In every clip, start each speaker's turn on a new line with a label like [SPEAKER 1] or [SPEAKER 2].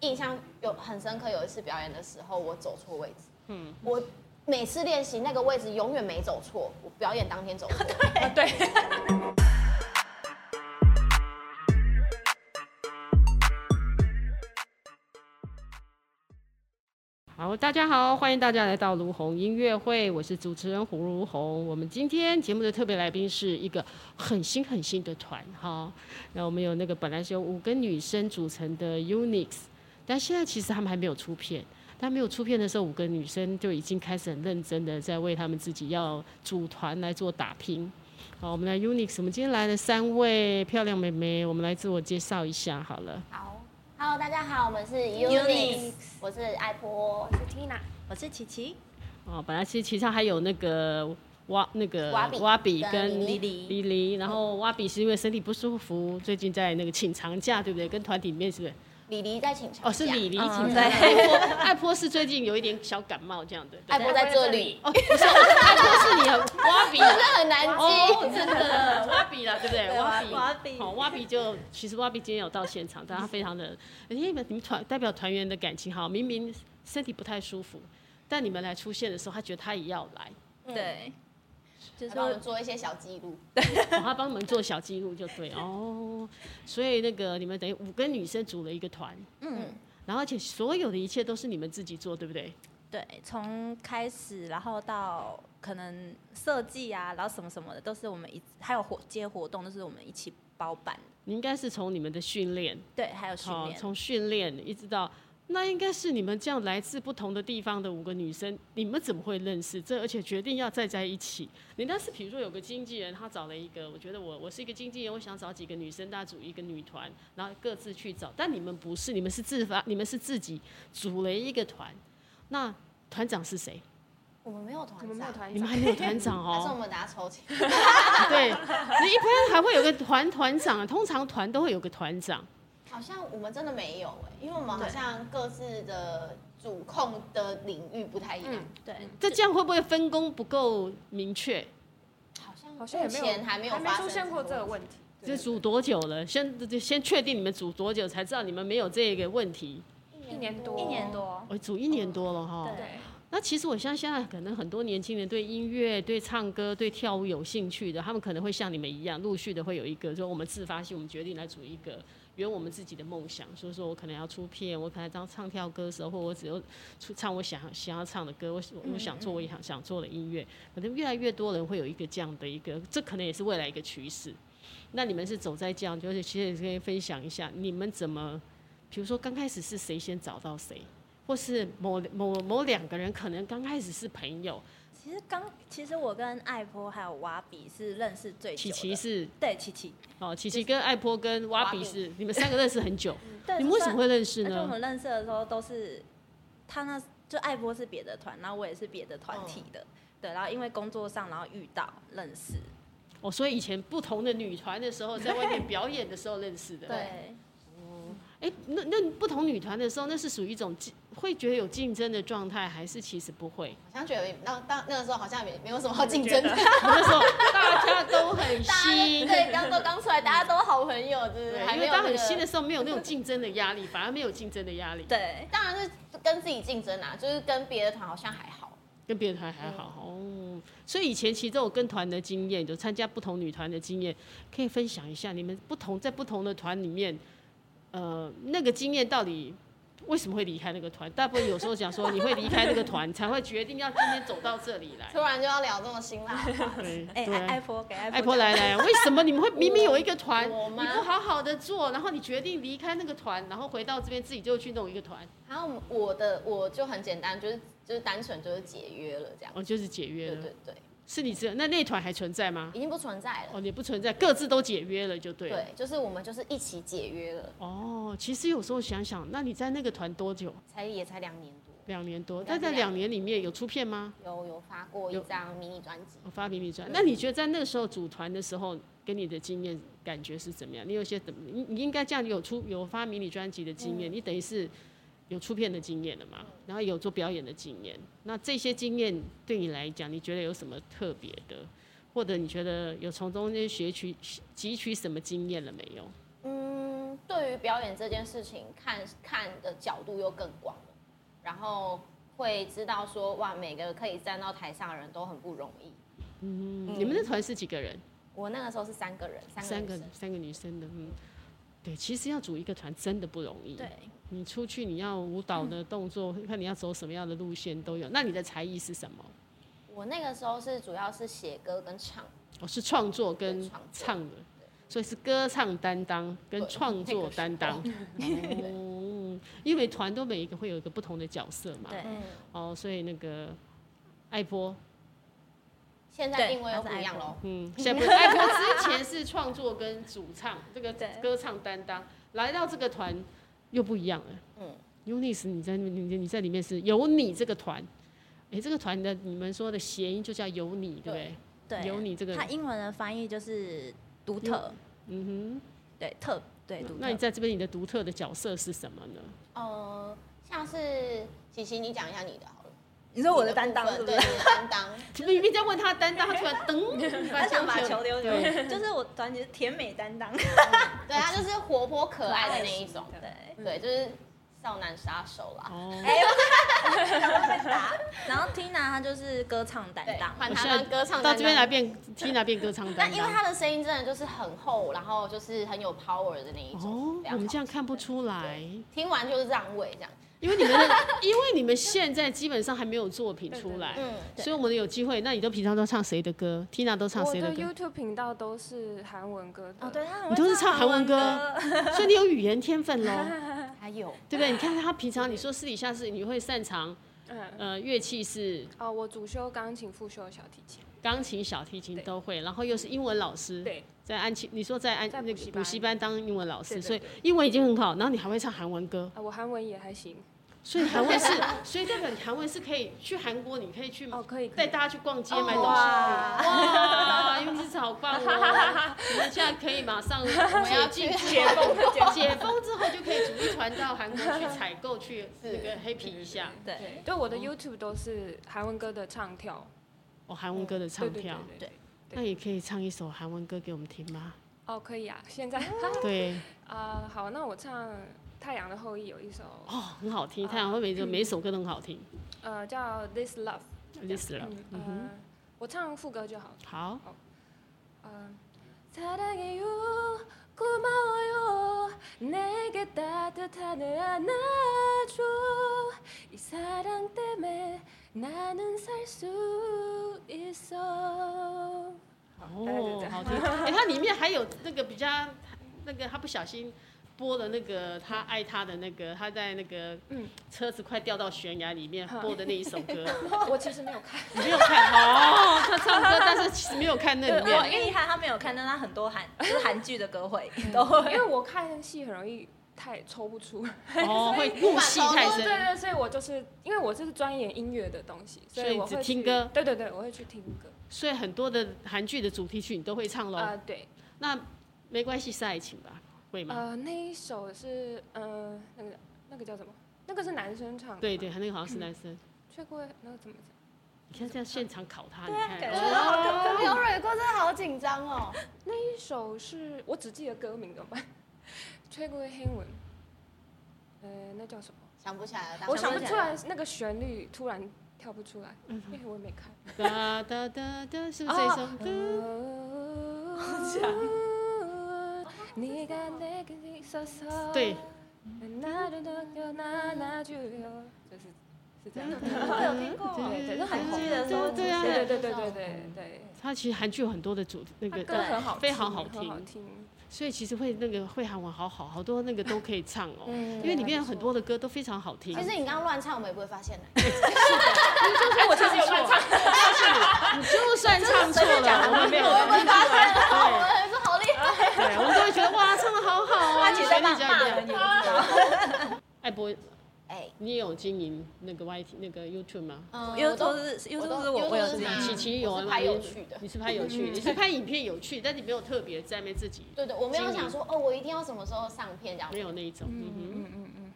[SPEAKER 1] 印象有很深刻，有一次表演的时候，我走错位置。嗯，我每次练习那个位置永远没走错，我表演当天走错。
[SPEAKER 2] 啊对，好，大家好，欢迎大家来到卢红音乐会，我是主持人胡卢红。我们今天节目的特别来宾是一个很新很新的团哈，那我们有那个本来是由五个女生组成的 Unix，但现在其实他们还没有出片。但没有出片的时候，五个女生就已经开始很认真的在为他们自己要组团来做打拼。好，我们来 Unix，我们今天来了三位漂亮妹妹，我们来自我介绍一下好了。
[SPEAKER 1] 好，Hello，大家好，我们是
[SPEAKER 3] Unix
[SPEAKER 1] Unix，我是爱坡
[SPEAKER 3] 我。是 Tina，我是琪琪，
[SPEAKER 2] 哦，本来其实其他还有那个蛙那个
[SPEAKER 1] 蛙比
[SPEAKER 2] 比
[SPEAKER 1] 跟
[SPEAKER 2] 跟
[SPEAKER 1] 黎
[SPEAKER 3] 黎
[SPEAKER 2] 黎黎，然后蛙比是因为身体不舒服，最近在那个请长假，对不对？跟团体里面是不是？
[SPEAKER 1] 李黎在请长
[SPEAKER 2] 哦，是
[SPEAKER 1] 假
[SPEAKER 2] 李黎
[SPEAKER 3] 嗯
[SPEAKER 2] 请长假。
[SPEAKER 3] 对
[SPEAKER 2] 艾波艾波是最近有一点小感冒这样的。
[SPEAKER 1] 爱
[SPEAKER 2] 对
[SPEAKER 1] 坡在这里，
[SPEAKER 2] 哦，不是，艾波是你的蛙比。
[SPEAKER 1] 真的很难
[SPEAKER 2] 哦，
[SPEAKER 1] 记。
[SPEAKER 2] 真的，挖比了，对不对？挖比，
[SPEAKER 3] 蛙比
[SPEAKER 2] 好，挖比就其实挖比今天有到现场，但他非常的，哎，你们你们团代表团员的感情好，明明身体不太舒服，但你们来出现的时候，他觉得他也要来，
[SPEAKER 1] 嗯
[SPEAKER 3] 对，
[SPEAKER 1] 就
[SPEAKER 3] 就
[SPEAKER 1] 是是我们
[SPEAKER 3] 说
[SPEAKER 1] 做一些小记录，
[SPEAKER 2] 哦他帮我们做小记录就对哦。所以那个你们等于五个女生组了一个团，
[SPEAKER 3] 嗯，
[SPEAKER 2] 然后而且所有的一切都是你们自己做，对不对？
[SPEAKER 3] 对，从开始，然后到可能设计啊，然后什么什么的，都是我们一还有活接活动，都是我们一起包办的，
[SPEAKER 2] 你应该是从你们的训练，
[SPEAKER 3] 对，还有训
[SPEAKER 2] 哦，
[SPEAKER 3] 练，
[SPEAKER 2] 从训练一直到。那应该是你们这样来自不同的地方的五个女生，你们怎么会认识？这而且决定要再在一起。你当时比如说有个经纪人，他找了一个，我觉得我我是一个经纪人，我想找几个女生，大家组一个女团，然后各自去找。但你们不是，你们是自发，你们是自己组了一个团。那团长是谁？
[SPEAKER 1] 我们没有团，我们没有团，
[SPEAKER 2] 你们还没有团长
[SPEAKER 1] 还是我
[SPEAKER 2] 哦。
[SPEAKER 1] 们大家抽签？
[SPEAKER 2] 对，你一般还会有个团团长，啊通常团都会有个团长。
[SPEAKER 1] 好像我们真的没有哎，因为我们好像各自的主控的领域不太一样
[SPEAKER 3] 嗯，，对，
[SPEAKER 2] 这这样会不会分工不够明确？
[SPEAKER 1] 好像
[SPEAKER 4] 好像也
[SPEAKER 1] 目
[SPEAKER 4] 没有，
[SPEAKER 1] 前还没有发生
[SPEAKER 4] 出现过这个
[SPEAKER 1] 问题。
[SPEAKER 4] 问题。
[SPEAKER 2] 这煮多久了？先先确定你们煮多久，才知道你们没有这个问题。
[SPEAKER 4] 一年
[SPEAKER 1] 嗯
[SPEAKER 4] 多，
[SPEAKER 3] 一年，多，
[SPEAKER 2] 我煮一年多了哈。
[SPEAKER 3] 对
[SPEAKER 4] 对，
[SPEAKER 2] 那其实我相信现在可能很多年轻人对音乐、对唱歌、对跳舞有兴趣的，他们可能会像你们一样，陆续的会有一个，说我们自发性，我们决定来组一个圆我们自己的梦想。所以说我可能要出片，我可能要当唱跳歌手，或我只有出唱我想想要唱的歌，我我我想做我想想做的音乐。可能越来越多人会有一个这样的一个，这可能也是未来一个趋势。那你们是走在这样，就是其实也可以分享一下你们怎么，比如说刚开始是谁先找到谁，或是某某某两个人可能刚开始是朋友，
[SPEAKER 3] 其实刚其实我跟艾波还有瓦比是认识最久
[SPEAKER 2] 琪
[SPEAKER 3] 的，
[SPEAKER 2] 琪是
[SPEAKER 3] 对琪琪，
[SPEAKER 2] 哦，琪琪跟艾波跟瓦比是你们三个认识 很久，
[SPEAKER 3] 对，
[SPEAKER 2] 你们为什么会认识
[SPEAKER 3] 而且我
[SPEAKER 2] 呢？
[SPEAKER 3] 们认识的时候都是他那就艾波是别的团，然后我也是别的团体的，对，然后因为工作上然后遇到认识，
[SPEAKER 2] 哦，所以以前不同的女团的时候，在外面表演的时候认识的。
[SPEAKER 3] 对，
[SPEAKER 2] 哎、那那不同女团的时候，那是属于一种竞会觉得有竞争的状态，还是其实 不会？
[SPEAKER 1] 好像觉得那当那个时候好像也没有什么好竞争的，
[SPEAKER 2] 那时候大家都很
[SPEAKER 1] 大家
[SPEAKER 2] 新，
[SPEAKER 1] 对刚都刚出来，大家都好朋友，对不对？还
[SPEAKER 2] 因
[SPEAKER 1] 没
[SPEAKER 2] 为
[SPEAKER 1] 有
[SPEAKER 2] 当
[SPEAKER 1] 那
[SPEAKER 2] 很
[SPEAKER 1] 个
[SPEAKER 2] 新的时候，没有那种竞争的压力，反而没有竞争的压力，
[SPEAKER 3] 对，
[SPEAKER 1] 当然是跟自己竞争啊，就是跟别的团好像还好。
[SPEAKER 2] 跟别的团还好哦。所以以前其实都有跟团的经验，有参加不同女团的经验，可以分享一下你们不同在不同的团里面，呃，那个经验到底为什么会离开那个团？大部分有时候讲说你会离开那个团，才会决定要今天走到 这里来。
[SPEAKER 1] 突然就要聊这么辛辣，
[SPEAKER 2] 对
[SPEAKER 3] 哎、艾艾
[SPEAKER 2] 对。
[SPEAKER 3] 波给艾
[SPEAKER 2] 艾婆来来，为什么你们会明明有一个团，
[SPEAKER 1] 我
[SPEAKER 2] 你
[SPEAKER 1] 吗
[SPEAKER 2] 不好好的做，然后你决定离开那个团，然后回到这边自己就去弄一个团？
[SPEAKER 1] 然后我的我就很简单，就是就是单纯就是解约了这样。
[SPEAKER 2] 哦，就是解约
[SPEAKER 1] 对
[SPEAKER 2] 了。
[SPEAKER 1] 对对，
[SPEAKER 2] 是你这那那团还存在吗？
[SPEAKER 1] 已经不存在了。
[SPEAKER 2] 哦，你不存在，各自都解约了就对了。
[SPEAKER 1] 对，就是我们就是一起解约了，
[SPEAKER 2] 哦，其实有时候想想，那你在那个团多久？
[SPEAKER 1] 才也才两年多，
[SPEAKER 2] 两年多。
[SPEAKER 1] 两
[SPEAKER 2] 但在
[SPEAKER 1] 两
[SPEAKER 2] 两年里面有出片吗？
[SPEAKER 1] 有有发过一
[SPEAKER 2] 有
[SPEAKER 1] 张迷你专辑。
[SPEAKER 2] 我发迷你专。那你觉得在那个时候组团的时候，给你的经验感觉是怎么样？你有些怎么？你你应该这样有出有发迷你专辑的经验，你等于是有出片的经验了嘛？然后有做表演的经验。那这些经验对你来讲，你觉得有什么特别的？或者你觉得有从中间学取汲取什么经验了没有？
[SPEAKER 1] 嗯，对于于表演这件事情看看的角度又更广了，然后会知道说哇，每个可以站到台上的人都很不容易。
[SPEAKER 2] 嗯，你们的团是几个人？
[SPEAKER 1] 我那个时候是三个人，
[SPEAKER 2] 三
[SPEAKER 1] 三个
[SPEAKER 2] 个
[SPEAKER 1] 女生
[SPEAKER 2] 三个女生的，嗯，对，其实要组一个团真的不容易。
[SPEAKER 3] 对，
[SPEAKER 2] 你出去你要舞蹈的动作， 看你要走什么样的路线都有。那你的才艺是什么？
[SPEAKER 1] 我那个时候是主要是写歌跟唱，
[SPEAKER 2] 哦，是创作跟
[SPEAKER 1] 对创作
[SPEAKER 2] 唱的，所以是歌唱担当跟
[SPEAKER 1] 对
[SPEAKER 2] 创
[SPEAKER 1] 那
[SPEAKER 2] 作
[SPEAKER 1] 个时
[SPEAKER 2] 担
[SPEAKER 1] 候
[SPEAKER 2] 当。哦，因为团都每一个会有一个不同的角色嘛。
[SPEAKER 3] 对，
[SPEAKER 1] 嗯，
[SPEAKER 2] 哦，所以那个艾波，
[SPEAKER 1] 现在定位又不一样喽。
[SPEAKER 2] 嗯，现在不艾波之前是创作跟主唱这个
[SPEAKER 3] 对
[SPEAKER 2] 歌唱担当，来到这个团又不一样了。
[SPEAKER 1] 嗯
[SPEAKER 2] Unis，你在那边你你在里面是有你这个团，哎、这个团的你们说的谐音就叫有你，对不对？
[SPEAKER 3] 对，
[SPEAKER 2] 有你这个
[SPEAKER 3] 它英文的翻译就是独特，
[SPEAKER 2] 嗯
[SPEAKER 3] 对特对
[SPEAKER 2] 哼
[SPEAKER 3] 独，
[SPEAKER 2] 那你
[SPEAKER 3] 特，
[SPEAKER 2] 在这边你的独特的角色是什么呢？
[SPEAKER 1] 呃，像是琪琪，你讲一下你的好了。
[SPEAKER 3] 你
[SPEAKER 1] 你部分对，？你的担当。
[SPEAKER 2] 明明在问他担当，他突然噔，
[SPEAKER 3] 他想把 球
[SPEAKER 2] 丢
[SPEAKER 3] 丢
[SPEAKER 2] 球
[SPEAKER 3] 球
[SPEAKER 2] 对，
[SPEAKER 3] 就是我团结甜美担当，
[SPEAKER 1] 对，他就是活泼可爱的那一 种。
[SPEAKER 3] 对。
[SPEAKER 1] 对，就是少男杀手啦。
[SPEAKER 2] 哦，
[SPEAKER 3] 然后 Tina 她就是歌唱担
[SPEAKER 1] 对，
[SPEAKER 3] 当，
[SPEAKER 1] 换
[SPEAKER 2] 我
[SPEAKER 1] 他
[SPEAKER 2] 现
[SPEAKER 1] 当歌
[SPEAKER 2] 在
[SPEAKER 1] 唱。
[SPEAKER 2] 到这边来。变 Tina 变歌唱
[SPEAKER 1] 但
[SPEAKER 2] 担
[SPEAKER 1] 因为
[SPEAKER 2] 当。
[SPEAKER 1] 他的声音真的就是很厚，然后就是很有 power 的那一
[SPEAKER 2] 哦
[SPEAKER 1] 种。非，常
[SPEAKER 2] 我们
[SPEAKER 1] 好
[SPEAKER 2] 这样看不出来，
[SPEAKER 1] 听完就是让位这样。
[SPEAKER 2] 因为你们的，因为你们现在基本上还没有作品出来，
[SPEAKER 1] 嗯，
[SPEAKER 2] 所以我们有机会。那你都平常都唱谁的歌？Tina 都唱
[SPEAKER 4] 我
[SPEAKER 2] 谁
[SPEAKER 4] 的
[SPEAKER 2] 歌？
[SPEAKER 4] YouTube 频道都是韩文歌的。
[SPEAKER 3] 哦，对，她很
[SPEAKER 2] 你
[SPEAKER 3] 会
[SPEAKER 2] 都是唱
[SPEAKER 3] 韩
[SPEAKER 2] 韩文
[SPEAKER 3] 歌，
[SPEAKER 2] 所以你有语言天分喽。
[SPEAKER 1] 还有
[SPEAKER 2] 对不对？你看他平常你说私底下是你会擅长，
[SPEAKER 4] 嗯，
[SPEAKER 2] 呃，乐器是
[SPEAKER 4] 哦，我主修钢琴，副修小提琴。
[SPEAKER 2] 钢琴、小提琴
[SPEAKER 4] 对
[SPEAKER 2] 都会，然后又是英文老师，
[SPEAKER 4] 对，
[SPEAKER 2] 在安琪，你说在安
[SPEAKER 4] 在
[SPEAKER 2] 那
[SPEAKER 4] 补习
[SPEAKER 2] 个
[SPEAKER 4] 班
[SPEAKER 2] 补习班当英文老师，
[SPEAKER 4] 对对
[SPEAKER 2] 所以
[SPEAKER 4] 对
[SPEAKER 2] 英文已经很好，然后你还会唱韩文歌，
[SPEAKER 4] 啊，我韩文也还行。
[SPEAKER 2] 所以韩文是，所以代表你韩文是可以去韩国，你可以去
[SPEAKER 4] 哦，可以，可
[SPEAKER 2] 带
[SPEAKER 4] 以。
[SPEAKER 2] 大家去逛街买东西，
[SPEAKER 1] 哇
[SPEAKER 2] 哇，英姿好棒哦！你们现在可以马上我
[SPEAKER 1] 们要
[SPEAKER 2] 解
[SPEAKER 1] 去
[SPEAKER 2] 解封，解封之后就可以组一团到韩国去采购去那个 happy 一下。
[SPEAKER 3] 对，
[SPEAKER 4] 对，我的 YouTube 都是韩文歌的唱跳。
[SPEAKER 2] 哦，韩文歌的唱
[SPEAKER 4] 对
[SPEAKER 2] 跳。
[SPEAKER 4] 对对对。对
[SPEAKER 2] 那也可以唱一首韩文歌给我们听吗？
[SPEAKER 4] 哦，可以啊，现在
[SPEAKER 2] 对，
[SPEAKER 4] 啊，好，那我唱《太阳的后裔》有一首，
[SPEAKER 2] 哦，很好听，太阳会每首每一首歌都很好听。
[SPEAKER 4] 呃，叫《This Love》。
[SPEAKER 2] Listen 了，
[SPEAKER 4] 嗯，
[SPEAKER 2] 嗯
[SPEAKER 4] 呃
[SPEAKER 2] 哼，，
[SPEAKER 4] 我唱副歌就好。
[SPEAKER 2] 好，
[SPEAKER 4] 음, 사랑해요 고마워요 내게 따뜻한 을 안아줘 이 사랑 때문에 나는 살 수 있어
[SPEAKER 2] 哦，
[SPEAKER 4] 对
[SPEAKER 2] 好听。哎，它里面还有那个比较，那个他不小心。播的那个他爱他的那个，他在那个
[SPEAKER 4] 嗯
[SPEAKER 2] 车子快掉到悬崖里面
[SPEAKER 4] 好
[SPEAKER 2] 播的那一首歌，
[SPEAKER 4] 我其实没有看
[SPEAKER 2] 你没有看哦，他唱歌，但是其实没有看那
[SPEAKER 3] 对，
[SPEAKER 2] 里
[SPEAKER 3] 我
[SPEAKER 2] 面。
[SPEAKER 3] 厉害，她没有看，但她很多韩 就是韩剧的歌会都
[SPEAKER 4] 因
[SPEAKER 3] 会，
[SPEAKER 4] 为我看戏很容易太抽不出，
[SPEAKER 2] 哦，会入戏太深，
[SPEAKER 4] 对对，所以我就是因为我这是钻研音乐的东西，
[SPEAKER 2] 所以
[SPEAKER 4] 以我
[SPEAKER 2] 只
[SPEAKER 4] 会
[SPEAKER 2] 听
[SPEAKER 4] 去
[SPEAKER 2] 歌
[SPEAKER 4] 对对对，我会去听歌
[SPEAKER 2] 所以很多的韩剧的主题曲你都会唱
[SPEAKER 4] 啊、
[SPEAKER 2] 喽。
[SPEAKER 4] 对，
[SPEAKER 2] 那没关系，是爱情吧？会吗？
[SPEAKER 4] 呃，那一首是呃那个那个叫什么？那个是男生唱的，
[SPEAKER 2] 对对，，那个好像是男生。
[SPEAKER 4] 却过那个怎么？
[SPEAKER 2] 你看这样现场考他，你
[SPEAKER 3] 感
[SPEAKER 2] 看哦
[SPEAKER 3] 觉
[SPEAKER 1] 真的好可怕，刘蕊过真的好紧张哦。
[SPEAKER 4] 那一首是我只记得歌名，怎么办？ 吹过的黑吻，呃，那叫什么？
[SPEAKER 1] 想不起来了，当
[SPEAKER 4] 我
[SPEAKER 1] 时
[SPEAKER 4] 想
[SPEAKER 3] 想
[SPEAKER 4] 不
[SPEAKER 3] 不
[SPEAKER 4] 出
[SPEAKER 3] 起来
[SPEAKER 4] 来那个旋律，突然跳不出来，因为我也没看。
[SPEAKER 2] 哒哒哒哒，是不是这一首歌？
[SPEAKER 4] 哦
[SPEAKER 2] 对，
[SPEAKER 4] 就是是这样。
[SPEAKER 3] 我有听过，
[SPEAKER 4] 嗯
[SPEAKER 2] 对
[SPEAKER 3] 对，就韩剧的时候
[SPEAKER 2] 对啊
[SPEAKER 4] 对对对对对对
[SPEAKER 2] 它其实韩剧有很多的主那
[SPEAKER 4] 对，
[SPEAKER 2] 个
[SPEAKER 4] 歌很好，
[SPEAKER 2] 非常好
[SPEAKER 4] 很好
[SPEAKER 2] 听，
[SPEAKER 4] 听。
[SPEAKER 2] 所以其实会那个会韩文好好好多那个都可以唱哦，
[SPEAKER 1] 嗯
[SPEAKER 2] 因为里面有很多的歌都非常好听。
[SPEAKER 1] 其实你刚刚乱唱，我们也不会发现的。
[SPEAKER 2] 我其实有乱唱错，但是你就算唱错了，我们没有
[SPEAKER 1] 我也不会
[SPEAKER 2] 听
[SPEAKER 1] 发
[SPEAKER 2] 出
[SPEAKER 1] 现的，我
[SPEAKER 2] 来。
[SPEAKER 1] 们说好厉害。
[SPEAKER 2] 对对，我们都会觉得哇，唱的好好 啊，
[SPEAKER 3] 她其实在骂
[SPEAKER 2] 旋律这样
[SPEAKER 3] 骂
[SPEAKER 2] 一样
[SPEAKER 3] 人，你不知道。
[SPEAKER 2] 艾博，
[SPEAKER 1] 哎，
[SPEAKER 2] 你也有经营那个 YT 那个 YouTube 吗？
[SPEAKER 1] 嗯
[SPEAKER 3] YouTube 是
[SPEAKER 1] 我都
[SPEAKER 3] 哦 YouTube 是我我有自己
[SPEAKER 1] 嗯 YouTube 是
[SPEAKER 2] 琪
[SPEAKER 3] 去，
[SPEAKER 2] 琪有啊
[SPEAKER 1] 我是拍有趣的
[SPEAKER 2] 你是拍有趣，你是拍影片有趣，但你没有特别在那边自己
[SPEAKER 1] 对对，我没有想说哦，我一定要什么时候上片这样
[SPEAKER 2] 没。有那一种。嗯哼，
[SPEAKER 4] 嗯嗯嗯，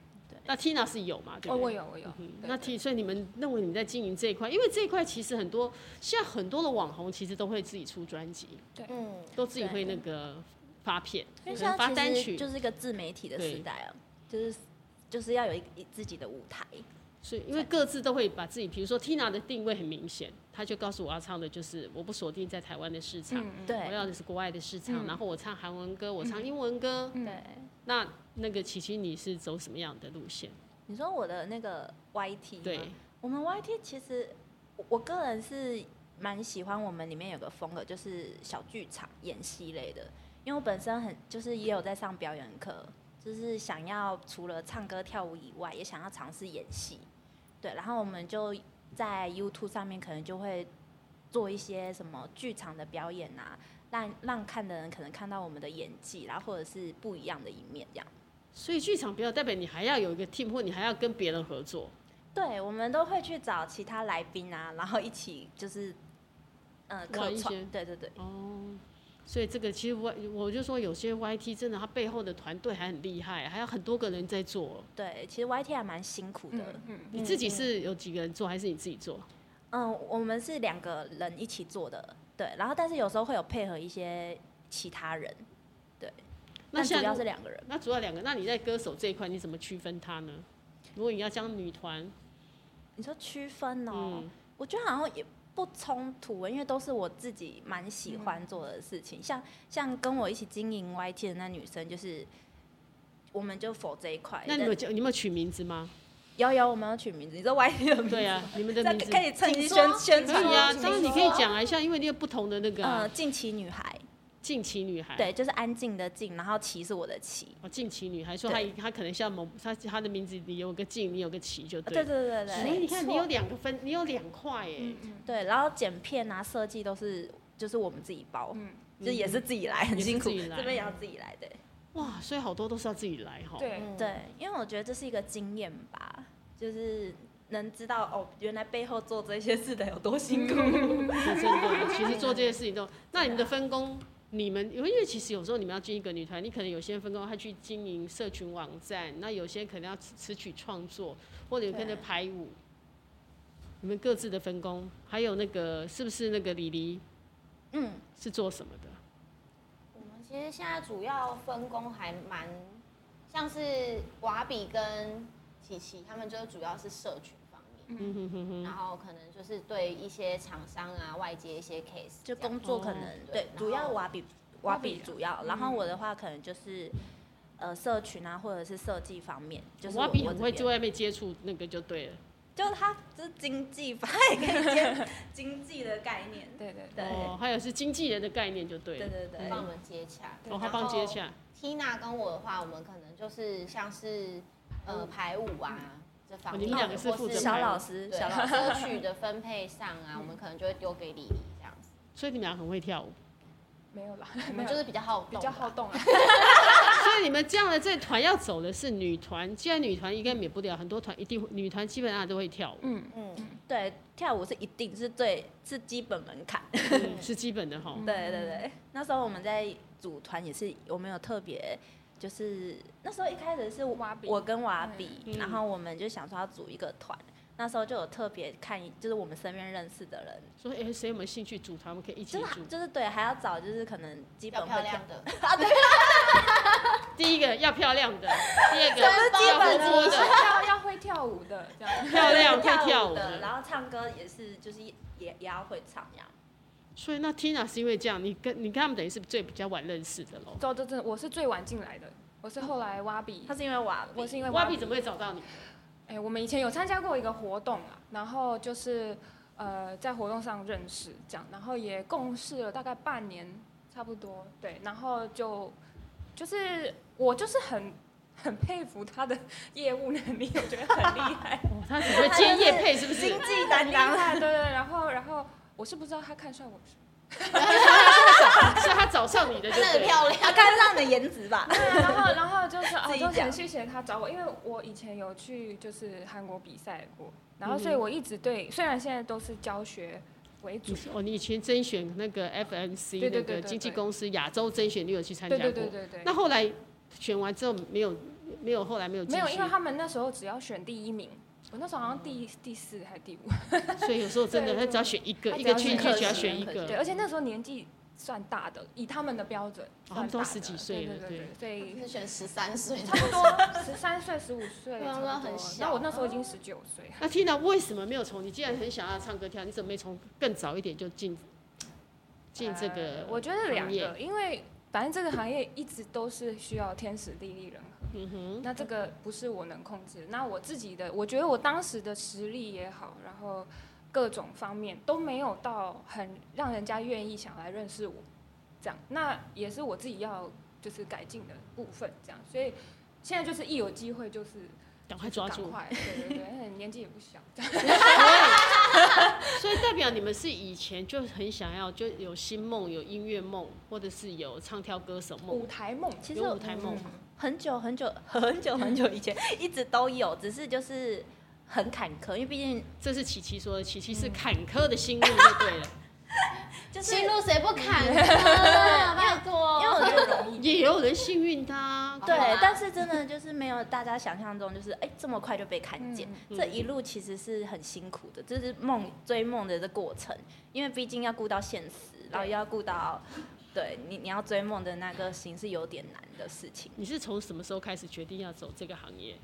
[SPEAKER 2] 那 Tina 是有嘛？对
[SPEAKER 4] 哦，
[SPEAKER 2] 不
[SPEAKER 4] 我
[SPEAKER 2] 对？
[SPEAKER 4] 有我有
[SPEAKER 2] 嗯。
[SPEAKER 4] 对
[SPEAKER 2] 那 T，所以你们认为你在经营这一块，因为这一块其实很多，现在很多的网红其实都会自己出专辑，
[SPEAKER 1] 嗯，
[SPEAKER 2] 都自己会那个发片，
[SPEAKER 3] 因为
[SPEAKER 2] 可
[SPEAKER 3] 现
[SPEAKER 2] 能发
[SPEAKER 3] 在
[SPEAKER 2] 单
[SPEAKER 3] 其实
[SPEAKER 2] 曲，
[SPEAKER 3] 就是一个自媒体的时
[SPEAKER 2] 对
[SPEAKER 3] 代啊，就是就是要有一一自己的舞台。
[SPEAKER 2] 所以因为各自都会把自己，比如说 Tina 的定位很明显，她就告诉我要唱的就是我不锁定在台湾的市场，
[SPEAKER 4] 嗯，
[SPEAKER 2] 我
[SPEAKER 3] 对
[SPEAKER 2] 要的是国外的市场，
[SPEAKER 3] 嗯
[SPEAKER 2] 然后我唱韩文歌，我唱英文歌。
[SPEAKER 4] 嗯
[SPEAKER 3] 对，
[SPEAKER 2] 那那个琪琪，你是走什么样的路线？
[SPEAKER 3] 你说我的那个 YT 吗
[SPEAKER 2] 对，
[SPEAKER 3] 我们 YT 其实我我个人是蛮喜欢我们里面有个风格，就是小剧场演戏类的，因为我本身很就是也有在上表演课，就是想要除了唱歌跳舞以外，也想要尝试演戏。对，然后我们就在 YouTube 上面可能就会做一些什么剧场的表演啊，让让看的人可能看到我们的演技，然后或者是不一样的一面这样。
[SPEAKER 2] 所以剧场表演代表你还要有一个 team，或你还要跟别人合作。
[SPEAKER 3] 对，我们都会去找其他来宾啊，然后一起就是，嗯、呃，客
[SPEAKER 2] 玩一
[SPEAKER 3] 串
[SPEAKER 2] 些，
[SPEAKER 3] 对对对，
[SPEAKER 2] 哦，所以这个其实我我就说有些 YT 真的，他背后的团队还很厉害，还有很多个人在做。
[SPEAKER 3] 对，其实 YT 还蛮辛苦的。
[SPEAKER 4] 嗯嗯，
[SPEAKER 2] 你自己是有几个人做，还是你自己做？
[SPEAKER 3] 嗯，我们是两个人一起做的，对，然后但是有时候会有配合一些其他人，
[SPEAKER 2] 那
[SPEAKER 3] 但主
[SPEAKER 2] 像
[SPEAKER 3] 要是两个人。
[SPEAKER 2] 那主要两个，那你在歌手这一块你怎么区分它呢？如果你要将女团，
[SPEAKER 3] 你说区分哦，
[SPEAKER 2] 嗯，
[SPEAKER 3] 我觉得好像也不冲突，因为都是我自己蛮喜
[SPEAKER 2] 嗯
[SPEAKER 3] 欢做的事情。像像跟我一起经营 YT 的那女生，就是我们就否这一块。
[SPEAKER 2] 那你
[SPEAKER 3] 但
[SPEAKER 2] 们就你们有取名字吗？
[SPEAKER 3] 有有，我们要取名字，你说 YT 的名字
[SPEAKER 2] 对啊，你们的
[SPEAKER 3] 这
[SPEAKER 2] 名字
[SPEAKER 3] 嗯可以哦趁机
[SPEAKER 1] 请
[SPEAKER 3] 宣
[SPEAKER 1] 说
[SPEAKER 3] 宣
[SPEAKER 2] 可
[SPEAKER 3] 传
[SPEAKER 2] 以啊，当然你可以
[SPEAKER 1] 请说
[SPEAKER 2] 讲一下，因为你有不同的那个啊哎
[SPEAKER 3] 呃，近期女孩，
[SPEAKER 2] 近期女孩，
[SPEAKER 3] 对，就是安静的静，然后琪是我的琪。
[SPEAKER 2] 哦，近期女孩说她
[SPEAKER 3] 对
[SPEAKER 2] 她可能像某她她的名字里有个近，你有个期就
[SPEAKER 3] 啊对
[SPEAKER 2] 对了。
[SPEAKER 3] 对对
[SPEAKER 2] 所以
[SPEAKER 3] 对
[SPEAKER 2] 你看，你有两个分，你有两块哎，
[SPEAKER 3] 对，然后剪片啊、设计都是就是我们自己包，
[SPEAKER 4] 嗯
[SPEAKER 3] 就也是自己来，很
[SPEAKER 2] 嗯也是
[SPEAKER 3] 辛苦，
[SPEAKER 2] 自己来
[SPEAKER 3] 这边也要自己来，对
[SPEAKER 2] 哇，所以好多都是要自己来哈。
[SPEAKER 4] 对，
[SPEAKER 1] 嗯
[SPEAKER 3] 对，因为我觉得这是一个经验吧，就是能知道哦，原来背后做这些事的有多辛苦。
[SPEAKER 2] 嗯 说真的，其实做这些事情都，那你们的分工，你们因为其实有时候你们要进一个女团，你可能有些人分工，他去经营社群网站，那有些可能要词词曲创作，或者有跟着
[SPEAKER 3] 对
[SPEAKER 2] 排舞。你们各自的分工，还有那个是不是那个李黎
[SPEAKER 3] 嗯，
[SPEAKER 2] 是做什么的？
[SPEAKER 1] 我们其实现在主要分工还蛮，像是瓦比跟琪琪，他们就主要是社群方面，
[SPEAKER 2] 嗯哼哼哼，
[SPEAKER 1] 然后可能就是对一些厂商啊、外接一些 case，
[SPEAKER 3] 就
[SPEAKER 1] 这样
[SPEAKER 3] 工作可能、
[SPEAKER 1] 哦
[SPEAKER 3] 对
[SPEAKER 1] 对，
[SPEAKER 3] 主
[SPEAKER 1] 然
[SPEAKER 3] 要
[SPEAKER 1] 后
[SPEAKER 3] 瓦比
[SPEAKER 4] 瓦
[SPEAKER 3] 瓦
[SPEAKER 4] 比
[SPEAKER 3] 比主
[SPEAKER 2] 嗯
[SPEAKER 3] 要，然后我的话可能就是呃社群啊，或者是设计方面，就是
[SPEAKER 2] 我
[SPEAKER 3] 我
[SPEAKER 2] 比
[SPEAKER 3] 我
[SPEAKER 2] 很
[SPEAKER 3] 这
[SPEAKER 2] 会
[SPEAKER 3] 边
[SPEAKER 2] 在外面接触那个就对了。
[SPEAKER 3] 就是他就是经济吧，也可以接经济的概 念，
[SPEAKER 4] 对对
[SPEAKER 3] 对
[SPEAKER 2] 哦，还有是经纪人的概念就对
[SPEAKER 3] 对
[SPEAKER 2] 了。
[SPEAKER 3] 对对，
[SPEAKER 1] 帮我们接洽。
[SPEAKER 2] 哦，他帮接洽。
[SPEAKER 1] Tina 跟我的话，我们可能就是像是呃排舞啊这方面，
[SPEAKER 2] 哦你们两个是
[SPEAKER 1] 或
[SPEAKER 2] 负责排舞
[SPEAKER 3] 小老师，
[SPEAKER 1] 对
[SPEAKER 3] 小老师，
[SPEAKER 1] 歌曲的分配上啊，我们可能就会丢给李黎这样子，
[SPEAKER 2] 所以你们俩很会跳舞，
[SPEAKER 4] 没有啦，
[SPEAKER 1] 我
[SPEAKER 4] 没
[SPEAKER 1] 们
[SPEAKER 4] 有
[SPEAKER 1] 就
[SPEAKER 4] 啦
[SPEAKER 1] 是比较好动
[SPEAKER 4] 比
[SPEAKER 1] 吧，
[SPEAKER 4] 较好动 啊，
[SPEAKER 2] 所以你们这样的这团要走的是女团，既然女团应该免不了，很多团一定会女团基本上都会跳 舞，
[SPEAKER 4] 嗯，
[SPEAKER 1] 嗯，
[SPEAKER 3] 对，跳舞是一定是最是基本门槛，
[SPEAKER 2] 嗯是基本的哈。
[SPEAKER 3] 对对对。那时候我们在组团也是，我们有特别。就是那时候一开始是
[SPEAKER 4] 瓦比
[SPEAKER 3] 我跟瓦比，
[SPEAKER 2] 嗯
[SPEAKER 3] 然后我们就想说要组一个团，那时候就有特别看，就是我们身边认识的人，
[SPEAKER 2] 说哎，谁有没有兴趣组团，我们可以一起
[SPEAKER 3] 就
[SPEAKER 2] 组
[SPEAKER 3] 是。就是对，还要找就是可能基
[SPEAKER 1] 比较
[SPEAKER 3] 本
[SPEAKER 1] 漂
[SPEAKER 3] 会跳
[SPEAKER 1] 亮，的，
[SPEAKER 2] 第一个要漂亮的，第二个
[SPEAKER 1] 这是基
[SPEAKER 2] 要
[SPEAKER 1] 本
[SPEAKER 2] 活泼
[SPEAKER 1] 的
[SPEAKER 2] 的，
[SPEAKER 4] 要要会跳舞的这样，
[SPEAKER 2] 漂亮
[SPEAKER 3] 跳
[SPEAKER 2] 会跳舞
[SPEAKER 3] 的，
[SPEAKER 2] 的。
[SPEAKER 3] 然后唱歌也是，就是也也也要会唱呀。
[SPEAKER 2] 所以那 Tina 是因为这样，你跟你跟他们等于是最比较晚认识的喽。
[SPEAKER 4] 对对对，我是最晚进来的，我是后来挖比
[SPEAKER 3] 他，是因为瓦比，
[SPEAKER 4] 我是因为
[SPEAKER 2] 哇
[SPEAKER 4] 挖
[SPEAKER 2] 比
[SPEAKER 4] 比，
[SPEAKER 2] 怎么会找到你？
[SPEAKER 4] 哎，我们以前有参加过一个活动啊，然后就是呃在活动上认识这样，然后也共事了大概半年差不多，对，然后就就是我就是很很佩服他的业务能力，我觉得很厉害。
[SPEAKER 2] 哦，他只会接叶配是不是？
[SPEAKER 3] 经济担
[SPEAKER 4] 厉
[SPEAKER 3] 当，
[SPEAKER 4] 害，对对，对然后然后我是不知道他看上我什么，
[SPEAKER 2] 是他找上你的，
[SPEAKER 1] 她
[SPEAKER 2] 对
[SPEAKER 1] 那
[SPEAKER 2] 不
[SPEAKER 1] 个
[SPEAKER 2] 对？
[SPEAKER 1] 漂亮，
[SPEAKER 3] 他看上你的颜值吧？
[SPEAKER 4] 对啊然后然后就是
[SPEAKER 3] 自
[SPEAKER 4] 哦，
[SPEAKER 3] 己
[SPEAKER 4] 就
[SPEAKER 3] 讲
[SPEAKER 4] 很谢谢他找我，因为我以前有去就是韩国比赛过，然后所以
[SPEAKER 2] 嗯哼
[SPEAKER 4] 我一直对，虽然现在都是教学为主
[SPEAKER 2] 你，是哦，你以前甄选那个 FMC
[SPEAKER 4] 对对
[SPEAKER 2] 那
[SPEAKER 4] 对
[SPEAKER 2] 个
[SPEAKER 4] 对
[SPEAKER 2] 经纪
[SPEAKER 4] 对
[SPEAKER 2] 公司亚洲甄选，你有去参加
[SPEAKER 4] 对
[SPEAKER 2] 过？
[SPEAKER 4] 对对对对
[SPEAKER 2] 那。后来选完之后没有没有后来没有继续
[SPEAKER 4] 没有，因为他们那时候只要选第一名，我那时候好像第第四还是第五，
[SPEAKER 2] 所以有时候真的
[SPEAKER 4] 对
[SPEAKER 2] 他只要选一个
[SPEAKER 4] 他
[SPEAKER 2] 一个
[SPEAKER 4] 只要
[SPEAKER 2] 区
[SPEAKER 4] 选
[SPEAKER 2] 域
[SPEAKER 4] 一个
[SPEAKER 2] 只要选一
[SPEAKER 3] 对
[SPEAKER 4] 对，啊
[SPEAKER 2] 个，
[SPEAKER 4] 而且那时候年纪算大的，以他们的标准
[SPEAKER 2] 哦他
[SPEAKER 4] 算大的，
[SPEAKER 2] 们都十几岁
[SPEAKER 4] 对
[SPEAKER 2] 了
[SPEAKER 4] 对对，所以
[SPEAKER 1] 是选十三岁的
[SPEAKER 4] 差，不多十三岁、十五岁，
[SPEAKER 1] 对啊
[SPEAKER 4] 差不
[SPEAKER 1] 那
[SPEAKER 4] 多
[SPEAKER 1] 很小
[SPEAKER 4] 那我那时候
[SPEAKER 2] 哦
[SPEAKER 4] 已经十九岁，
[SPEAKER 2] 那 Tina 为什么没有从你既然很想要唱歌跳，你怎么没从更早一点就进进 这个
[SPEAKER 4] 呃？我觉得两
[SPEAKER 2] 行业
[SPEAKER 4] 个，因为反正这个行业一直都是需要天时地利人和，
[SPEAKER 2] 嗯哼，
[SPEAKER 4] 那这个不是我能控制。那我自己的，我觉得我当时的实力也好，然后各种方面都没有到很让人家愿意想来认识我，这样，那也是我自己要就是改进的部分，这样。所以现在就是一有机会就是
[SPEAKER 2] 赶快抓
[SPEAKER 4] 赶
[SPEAKER 2] 住。
[SPEAKER 4] 快，对对对， 因为年纪也不小，这样
[SPEAKER 2] 所以代表你们是以前就很想要，就有新梦、有音乐梦，或者是有唱跳歌手梦
[SPEAKER 4] 舞。台梦
[SPEAKER 3] 其实
[SPEAKER 2] 有
[SPEAKER 3] 我
[SPEAKER 2] 舞台梦
[SPEAKER 3] 嗯很久很久很久很久以前一直都有，只是就是很坎坷，因为毕竟
[SPEAKER 2] 这是琪琪说的，琪琪
[SPEAKER 4] 嗯
[SPEAKER 2] 是坎坷的心路就对 了，
[SPEAKER 3] 就是
[SPEAKER 1] 心路谁不坎坷？拜托，
[SPEAKER 3] 因为我觉得
[SPEAKER 4] 容易。
[SPEAKER 2] 也有人幸运的、啊。
[SPEAKER 1] 好
[SPEAKER 3] 对
[SPEAKER 1] 啊，
[SPEAKER 3] 但是真的就是没有大家想象中，就是哎、这么快就被看见。
[SPEAKER 4] 嗯
[SPEAKER 2] 嗯
[SPEAKER 3] 这一路其实是很辛苦的，这是梦追梦的这过程，因为毕竟要顾到现实，然后又要顾到对你你要追梦的那个心是有点难的事情。
[SPEAKER 2] 你是从什么时候开始决定要走这个行业？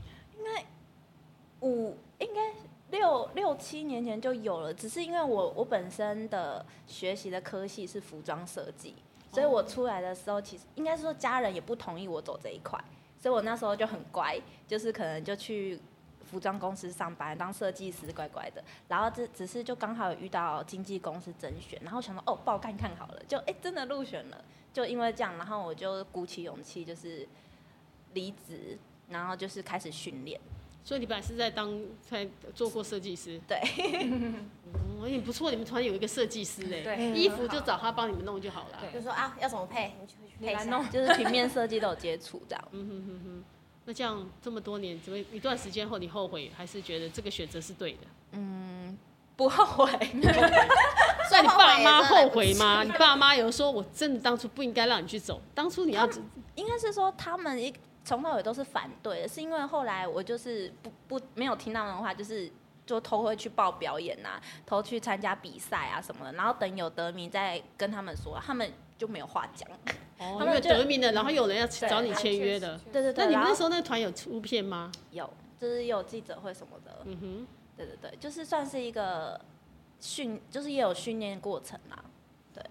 [SPEAKER 3] 五应该六六七年前就有了，只是因为我我本身的学习的科系是服装设计，所以我出来的时候其实应该说家人也不同意我走这一块，所以我那时候就很乖，就是可能就去。服装公司上班当设计师，乖乖的。然后这只是就刚好有遇到经纪公司甄选，然后想说哦报看看好了，就哎真的入选了。就因为这样，然后我就鼓起勇气就是离职，然后就是开始训练。
[SPEAKER 2] 所以你本来是在当在做过设计师，
[SPEAKER 3] 对，
[SPEAKER 2] 嗯，也不错，你们团有一个设计师哎、
[SPEAKER 4] 对
[SPEAKER 2] 衣服就找他帮你们弄就好了。
[SPEAKER 4] 对
[SPEAKER 1] 就说啊，要怎么配，你去
[SPEAKER 3] 配
[SPEAKER 1] 配一
[SPEAKER 3] 上
[SPEAKER 1] 下。
[SPEAKER 3] 就是平面设计都有接触这样。
[SPEAKER 2] 嗯哼哼哼，那这样这么多年，怎么一段时间后你后悔，还是觉得这个选择是对的？
[SPEAKER 3] 不后悔，
[SPEAKER 1] 所以
[SPEAKER 2] 你爸妈后悔吗？你爸妈有说，我真的当初不应该让你去走，当初你要
[SPEAKER 3] 应该是说他们一从头也都是反对的，是因为后来我就是不不没有听他们的话，就是就偷会去报表演啊，偷去参加比赛啊什么的，然后等有得名再跟他们说，他们就没有话讲。
[SPEAKER 2] 哦，
[SPEAKER 3] 他
[SPEAKER 2] 因
[SPEAKER 3] 们
[SPEAKER 2] 为
[SPEAKER 3] 就
[SPEAKER 2] 得名了，然后有人要找你签约的。
[SPEAKER 4] 确实
[SPEAKER 3] 对
[SPEAKER 2] 那
[SPEAKER 3] 对对，
[SPEAKER 2] 你们
[SPEAKER 3] 然
[SPEAKER 2] 那
[SPEAKER 3] 后
[SPEAKER 2] 时候那个团有出片吗？
[SPEAKER 3] 有就是有记者会什么的，
[SPEAKER 2] 嗯哼，
[SPEAKER 3] 对对对，就是算是一个训，就是也有训练过程啊啦。对，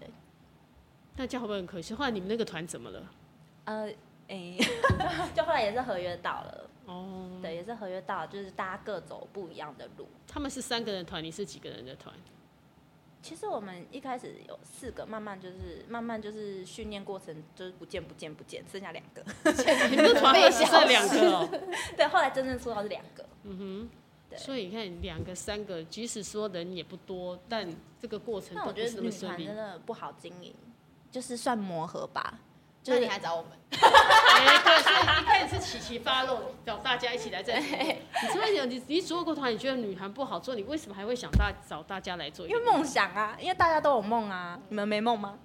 [SPEAKER 2] 那这样会不会很可惜？后来你们那个团怎么了？
[SPEAKER 3] 呃，诶、 就后来也是合约到了。
[SPEAKER 2] 哦，
[SPEAKER 3] 对，也是合约到，就是大家各走不一样的路。
[SPEAKER 2] 他们是三个人团，你是几个人的团？
[SPEAKER 3] 其实我们一开始有四个，慢慢就是慢慢就是训练过程就是不见不见不见，剩下两个。
[SPEAKER 2] 你们的团
[SPEAKER 1] 被
[SPEAKER 2] 会只
[SPEAKER 1] 笑
[SPEAKER 2] 剩两个哦。
[SPEAKER 3] 对，后来真正出道是两个。
[SPEAKER 2] 嗯哼，
[SPEAKER 3] 对
[SPEAKER 2] 所以你看两个三个，即使说人也不多，但这个过程
[SPEAKER 3] 那
[SPEAKER 2] 都
[SPEAKER 3] 我
[SPEAKER 2] 不
[SPEAKER 3] 觉
[SPEAKER 2] 是
[SPEAKER 3] 得
[SPEAKER 2] 那
[SPEAKER 3] 女
[SPEAKER 2] 么顺
[SPEAKER 3] 团
[SPEAKER 2] 利
[SPEAKER 3] 真。的不好经营，就是算磨合吧。就
[SPEAKER 1] 那
[SPEAKER 3] 是
[SPEAKER 1] 你还找我们？
[SPEAKER 2] 哎，对，所以一开始是琪琪发落，找大家一起来在。 你这边有你你做过团，你觉得女团不好做，你为什么还会想大找大家来做一
[SPEAKER 3] 因
[SPEAKER 2] 个
[SPEAKER 3] 为
[SPEAKER 2] 女团？
[SPEAKER 3] 梦想啊，因为大家都有梦啊，你们没梦吗？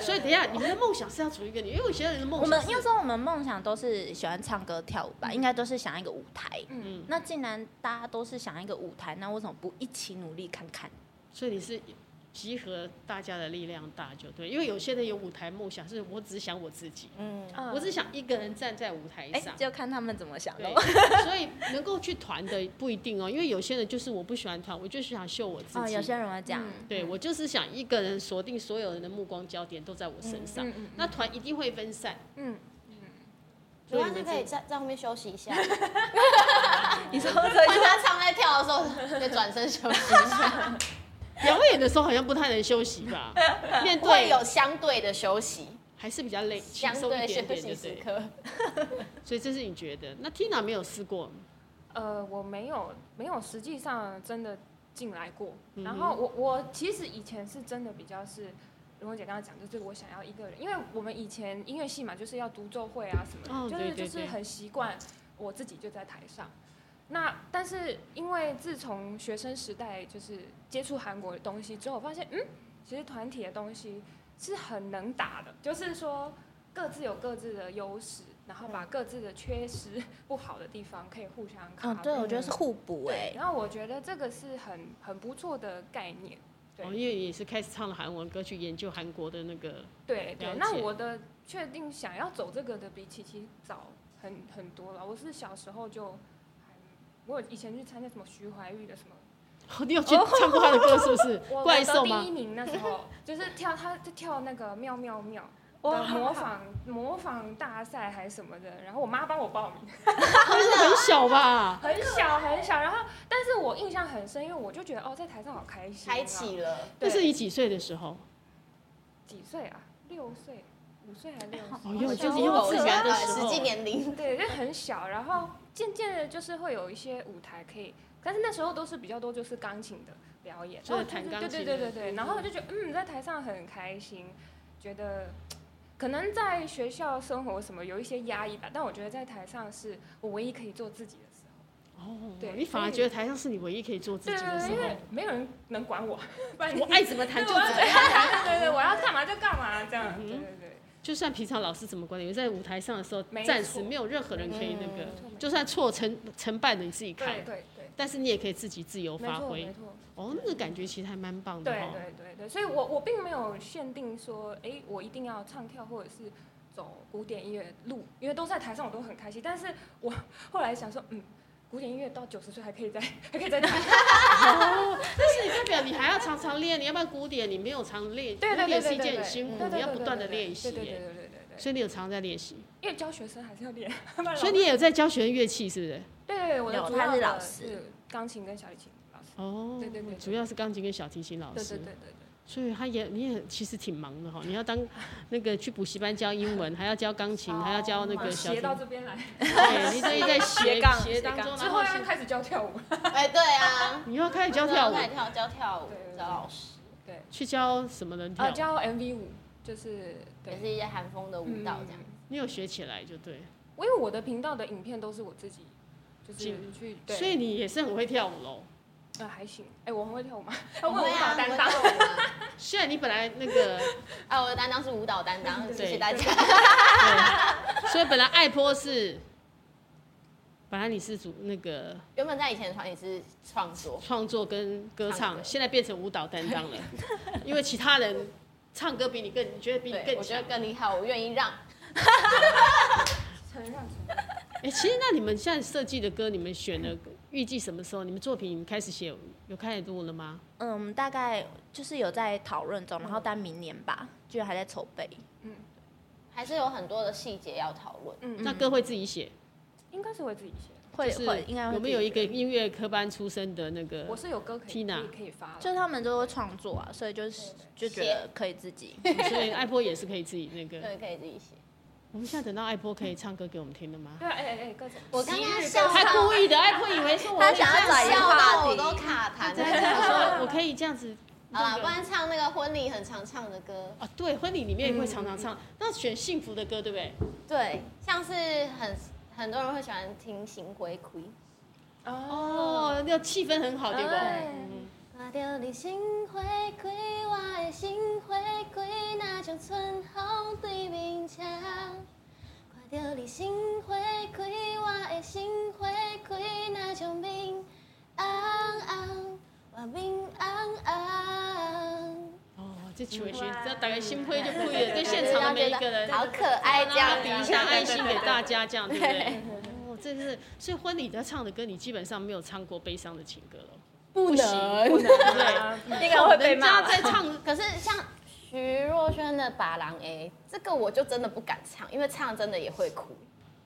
[SPEAKER 2] 所以等一下，你们的梦想是要组一个你，因为有些人的 梦
[SPEAKER 3] 我们
[SPEAKER 2] 想
[SPEAKER 3] 应该
[SPEAKER 2] 是
[SPEAKER 3] 说我们梦想都是喜欢唱歌跳舞吧，应该都是想要一个舞台。
[SPEAKER 2] 嗯
[SPEAKER 3] 嗯，那既然大家都是想要一个舞台，那为什么不一起努力看看？
[SPEAKER 2] 所以你是集合大家的力量大就对，因为有些人有舞台梦想，是我只想我自己，
[SPEAKER 3] 嗯，
[SPEAKER 1] 啊
[SPEAKER 4] 嗯
[SPEAKER 2] 我只想一个人站在舞台
[SPEAKER 3] 哎、
[SPEAKER 2] 上。
[SPEAKER 3] 就看他们怎么想咯
[SPEAKER 2] 对，所以能够去团的不一定哦，因为有些人就是我不喜欢团，我就是想秀我自己。
[SPEAKER 3] 哦，有些人会这样，
[SPEAKER 2] 对我就是想一个人锁定所有人的目光焦点都在我身上，
[SPEAKER 4] 嗯嗯嗯
[SPEAKER 2] 那团一定会分散。
[SPEAKER 4] 嗯，
[SPEAKER 1] 没
[SPEAKER 2] 所以
[SPEAKER 1] 关
[SPEAKER 2] 你
[SPEAKER 1] 系，
[SPEAKER 2] 们
[SPEAKER 1] 可以
[SPEAKER 2] 这
[SPEAKER 1] 在在后面休息一下。
[SPEAKER 3] 你说这
[SPEAKER 1] 当他唱在跳的时候，就转身休息一下，
[SPEAKER 2] 表演的时候好像不太能休息吧？面
[SPEAKER 1] 会
[SPEAKER 2] 对
[SPEAKER 1] 有相对的休息，
[SPEAKER 2] 还是比较累，轻
[SPEAKER 1] 相
[SPEAKER 2] 松一
[SPEAKER 1] 对
[SPEAKER 2] 点
[SPEAKER 1] 休
[SPEAKER 2] 点，对
[SPEAKER 1] 息
[SPEAKER 2] 不
[SPEAKER 1] 时
[SPEAKER 2] 对？
[SPEAKER 1] 刻。
[SPEAKER 2] 所以这是你觉得，那 Tina 没有试过，
[SPEAKER 4] 呃，我没有没有实际上真的进来过。
[SPEAKER 2] 嗯
[SPEAKER 4] 然后我我其实以前是真的比较是，如果姐刚刚讲，就是我想要一个人，因为我们以前音乐系嘛，就是要独奏会啊什么的，
[SPEAKER 2] 哦
[SPEAKER 4] 就
[SPEAKER 2] 对
[SPEAKER 4] 是
[SPEAKER 2] 对
[SPEAKER 4] 就是
[SPEAKER 2] 对
[SPEAKER 4] 很习惯我自己就在台上。那但是因为自从学生时代就是接触韩国的东西之后，我发现嗯，其实团体的东西是很能打的，就是说各自有各自的优势，然后把各自的缺失、不好的地方可以互
[SPEAKER 3] 哦
[SPEAKER 4] 相
[SPEAKER 3] 欸嗯，
[SPEAKER 4] cover。
[SPEAKER 3] 对，我觉得是互补哎、
[SPEAKER 4] 然后我觉得这个是很很不错的概念，对
[SPEAKER 2] 哦，因为也是开始唱了韩文歌，去研究韩国的那个，
[SPEAKER 4] 对对
[SPEAKER 2] 了，
[SPEAKER 4] 那
[SPEAKER 2] 解
[SPEAKER 4] 我的确定想要走这个的比琪琪早很很多了。我是小时候就还，我有以前去参加什么徐怀钰的什么，
[SPEAKER 2] 哦你有去唱过他的歌是不是？
[SPEAKER 4] 我
[SPEAKER 2] 怪兽
[SPEAKER 4] 我得
[SPEAKER 2] 吗
[SPEAKER 4] 第一名那时 候就是跳，他就跳那个妙妙妙。
[SPEAKER 3] 哇
[SPEAKER 4] 的模仿模仿大赛还是什么的，然后我妈帮我报名，
[SPEAKER 2] 真的很小吧？
[SPEAKER 4] 很小很小，然后但是我印象很深，因为我就觉得哦，在台上好开心、啊，
[SPEAKER 1] 开启了，
[SPEAKER 2] 那
[SPEAKER 4] 对
[SPEAKER 2] 是你几岁的时候？
[SPEAKER 4] 几岁啊？六岁、五岁还是六岁？
[SPEAKER 2] 哦幼
[SPEAKER 1] 就
[SPEAKER 2] 就是是幼
[SPEAKER 1] 狗
[SPEAKER 2] 稚园的时
[SPEAKER 1] 实际
[SPEAKER 2] 候，
[SPEAKER 1] 年 龄，
[SPEAKER 4] 对，就很小，然后渐渐的，就是会有一些舞台可以，但是那时候都是比较多就是钢琴的表演，
[SPEAKER 2] 就是
[SPEAKER 4] 然后
[SPEAKER 2] 哦弹钢
[SPEAKER 4] 对
[SPEAKER 2] 琴
[SPEAKER 4] 对
[SPEAKER 2] 的
[SPEAKER 4] 对对对，然后我就觉得嗯，在台上很开心，觉得可能在学校生活什么有一些压抑吧，但我觉得在台上是我唯一可以做自己的时候，
[SPEAKER 2] 哦，
[SPEAKER 4] 对
[SPEAKER 2] 你反而觉得台上是你唯一可以做自
[SPEAKER 4] 对
[SPEAKER 2] 己的
[SPEAKER 4] 对
[SPEAKER 2] 时
[SPEAKER 4] 对，因为
[SPEAKER 2] 候，
[SPEAKER 4] 没有人能管我，不 然你
[SPEAKER 2] 我爱怎么弹就
[SPEAKER 4] 对我要
[SPEAKER 2] 怎么
[SPEAKER 4] 怎样弹，对对对，我要干嘛就干嘛这样，
[SPEAKER 2] 嗯哼
[SPEAKER 4] 对对对。
[SPEAKER 2] 就算平常老师怎么管理，因为在舞台上的时候，
[SPEAKER 4] 没错
[SPEAKER 2] 暂时没有任何人可以那个，
[SPEAKER 4] 嗯
[SPEAKER 2] 就算错成成败的你自己
[SPEAKER 4] 对
[SPEAKER 2] 看，
[SPEAKER 4] 对对，
[SPEAKER 2] 但是你也可以自己自由
[SPEAKER 4] 没
[SPEAKER 2] 发
[SPEAKER 4] 错
[SPEAKER 2] 挥
[SPEAKER 4] 没。错，
[SPEAKER 2] 哦，那个感觉其实还蛮棒的
[SPEAKER 4] 对
[SPEAKER 2] 哦。
[SPEAKER 4] 对对对，所以我我并没有限定说，哎，我一定要唱跳或者是走古典音乐路，因为都在台上我都很开心。但是我后来想说，嗯，古典音乐到九十岁还可以再还可以再弹，
[SPEAKER 2] 哦但是你代表你还要常常练，你要不然古典你没有常练，
[SPEAKER 4] 对对
[SPEAKER 2] 古
[SPEAKER 4] 对
[SPEAKER 2] 典是
[SPEAKER 4] 对
[SPEAKER 2] 一
[SPEAKER 4] 对
[SPEAKER 2] 件
[SPEAKER 4] 对
[SPEAKER 2] 很辛苦
[SPEAKER 4] 对，
[SPEAKER 2] 你
[SPEAKER 4] 对
[SPEAKER 2] 要
[SPEAKER 4] 对
[SPEAKER 2] 不
[SPEAKER 4] 对
[SPEAKER 2] 断的
[SPEAKER 4] 对对
[SPEAKER 2] 练习
[SPEAKER 4] 对对
[SPEAKER 2] 耶。
[SPEAKER 4] 对对对对，
[SPEAKER 2] 所以你有常在练习，
[SPEAKER 4] 因为教学生还是要练，不然
[SPEAKER 2] 所以
[SPEAKER 4] 老
[SPEAKER 2] 你也有在教学乐器，是不是？
[SPEAKER 4] 对对对，我
[SPEAKER 3] 有
[SPEAKER 4] 的主
[SPEAKER 3] 他
[SPEAKER 4] 要
[SPEAKER 3] 是
[SPEAKER 4] 的
[SPEAKER 3] 老师
[SPEAKER 4] 钢琴跟小提琴老师，
[SPEAKER 2] 哦，
[SPEAKER 4] 对对对对
[SPEAKER 2] 主要是钢琴跟小提琴老
[SPEAKER 4] 对
[SPEAKER 2] 师
[SPEAKER 4] 对，对对对。
[SPEAKER 2] 所以他也你也其实挺忙的哈，你要当那个去补习班教英文，还要教钢琴，还要教那
[SPEAKER 4] 把
[SPEAKER 2] 个小提
[SPEAKER 4] 斜
[SPEAKER 2] 琴
[SPEAKER 4] 到，这边来，
[SPEAKER 2] 对，你等于在斜
[SPEAKER 3] 斜杠
[SPEAKER 2] 斜当
[SPEAKER 3] 斜
[SPEAKER 2] 中，
[SPEAKER 4] 之
[SPEAKER 2] 然
[SPEAKER 4] 后
[SPEAKER 2] 后
[SPEAKER 4] 要
[SPEAKER 2] 斜
[SPEAKER 4] 开始教跳舞了。
[SPEAKER 1] 哎，对啊，
[SPEAKER 2] 你又要开始教跳舞，
[SPEAKER 1] 开始跳教跳舞
[SPEAKER 4] 对对，对
[SPEAKER 1] 找老师，
[SPEAKER 4] 对，
[SPEAKER 2] 去教什么人
[SPEAKER 4] 呃，
[SPEAKER 2] 跳？
[SPEAKER 4] 教 MV 舞就是对
[SPEAKER 1] 也，是一些韩风的舞蹈这样
[SPEAKER 4] 嗯。
[SPEAKER 2] 你有学起来就对，
[SPEAKER 4] 我因为我的频道的影片都是我自己，就是
[SPEAKER 2] 进
[SPEAKER 4] 去对，
[SPEAKER 2] 所以你也是很会跳舞喽。
[SPEAKER 4] 呃还行，哎、我很会跳舞嘛，我
[SPEAKER 1] 会
[SPEAKER 4] 舞蹈
[SPEAKER 1] 啊，
[SPEAKER 4] 担
[SPEAKER 1] 我
[SPEAKER 4] 当，
[SPEAKER 1] 会跳舞啊
[SPEAKER 2] 虽然你本来那个，
[SPEAKER 1] 啊，我的担当是舞蹈担当，
[SPEAKER 4] 对
[SPEAKER 1] 谢谢大家。
[SPEAKER 2] 对呃所以本来爱坡是，本来你是主那个
[SPEAKER 1] 原本在以前的团体是创作，
[SPEAKER 2] 创作跟歌
[SPEAKER 1] 唱
[SPEAKER 2] 唱，
[SPEAKER 1] 歌
[SPEAKER 2] 现在变成舞蹈担当了，因为其他人唱歌比你更，你觉得比你
[SPEAKER 1] 对，
[SPEAKER 2] 更
[SPEAKER 1] 我觉得
[SPEAKER 2] 强。
[SPEAKER 1] 更厉害，我愿意让。
[SPEAKER 4] 承认承认。
[SPEAKER 2] 哎、其实那你们现在设计的歌，你们选了，预计什么时候？你们作品开始写，有开始录了吗？
[SPEAKER 3] 嗯，大概就是有在讨论中，
[SPEAKER 2] 嗯
[SPEAKER 3] 然后但明年吧，居然还在筹备。
[SPEAKER 1] 还是有很多的细节要讨论。
[SPEAKER 4] 嗯，
[SPEAKER 2] 那歌会自己写，
[SPEAKER 4] 应该是会自己写，
[SPEAKER 3] 会
[SPEAKER 2] 就是
[SPEAKER 3] 嗯会应该会
[SPEAKER 2] 我
[SPEAKER 3] 自
[SPEAKER 2] 们
[SPEAKER 3] 己
[SPEAKER 2] 有一个
[SPEAKER 3] 决定，
[SPEAKER 2] 音乐科班出身的那个
[SPEAKER 4] 我是有歌可以
[SPEAKER 2] Tina
[SPEAKER 4] 可以可以发了，
[SPEAKER 3] 就他们都会创作啊，所以就是就觉得可以自己。
[SPEAKER 2] 所以艾波也是可以自己那个。
[SPEAKER 1] 对，可以自己写。
[SPEAKER 2] 我们现在等到艾波可以唱歌给我们听了吗？
[SPEAKER 4] 对啊，哎哎哎，歌手，
[SPEAKER 1] 我刚刚
[SPEAKER 4] 昔日
[SPEAKER 1] 笑
[SPEAKER 4] 歌
[SPEAKER 2] 他
[SPEAKER 4] 手
[SPEAKER 2] 故意的，艾波以为说我
[SPEAKER 3] 他
[SPEAKER 2] 会这
[SPEAKER 3] 想要
[SPEAKER 2] 样
[SPEAKER 3] 转移
[SPEAKER 1] 笑
[SPEAKER 3] 话
[SPEAKER 1] 到
[SPEAKER 3] 题
[SPEAKER 1] 我都卡
[SPEAKER 2] 他
[SPEAKER 1] 痰
[SPEAKER 2] 在想说我可以这样子。
[SPEAKER 1] 好啦，啊
[SPEAKER 2] 那
[SPEAKER 1] 不
[SPEAKER 2] 个
[SPEAKER 1] 然唱那个婚礼很常唱的歌，
[SPEAKER 2] 啊，对，婚礼里面也会常常唱。那选幸福的歌，对不对？
[SPEAKER 1] 对，像是很很多人会喜欢听《行回归》。
[SPEAKER 4] 哦，
[SPEAKER 2] 哦，那气氛很好，对不对？
[SPEAKER 4] 哎
[SPEAKER 2] 嗯
[SPEAKER 1] 看到你心花开，我的心花开，那像春风对面车。看到你心花开，我的心花开，那像面红红，我面红红。
[SPEAKER 2] 哦，这曲文学，这大概心灰就不一了，对现场
[SPEAKER 1] 大家
[SPEAKER 2] 的每
[SPEAKER 1] 觉
[SPEAKER 2] 一个人
[SPEAKER 1] 得，好可爱，这样
[SPEAKER 2] 大家比一下爱 心给大家，这样对不对？哦，这是，所以婚礼在唱的歌，你基本上没有唱过悲伤的情歌了，
[SPEAKER 1] 不能
[SPEAKER 2] 不对，
[SPEAKER 3] 那个会被
[SPEAKER 2] 人家
[SPEAKER 3] 骂吧。
[SPEAKER 2] 在唱，
[SPEAKER 1] 可是像徐若瑄的《把郎 A》，这个我就真的不敢唱，因为唱真的也会哭。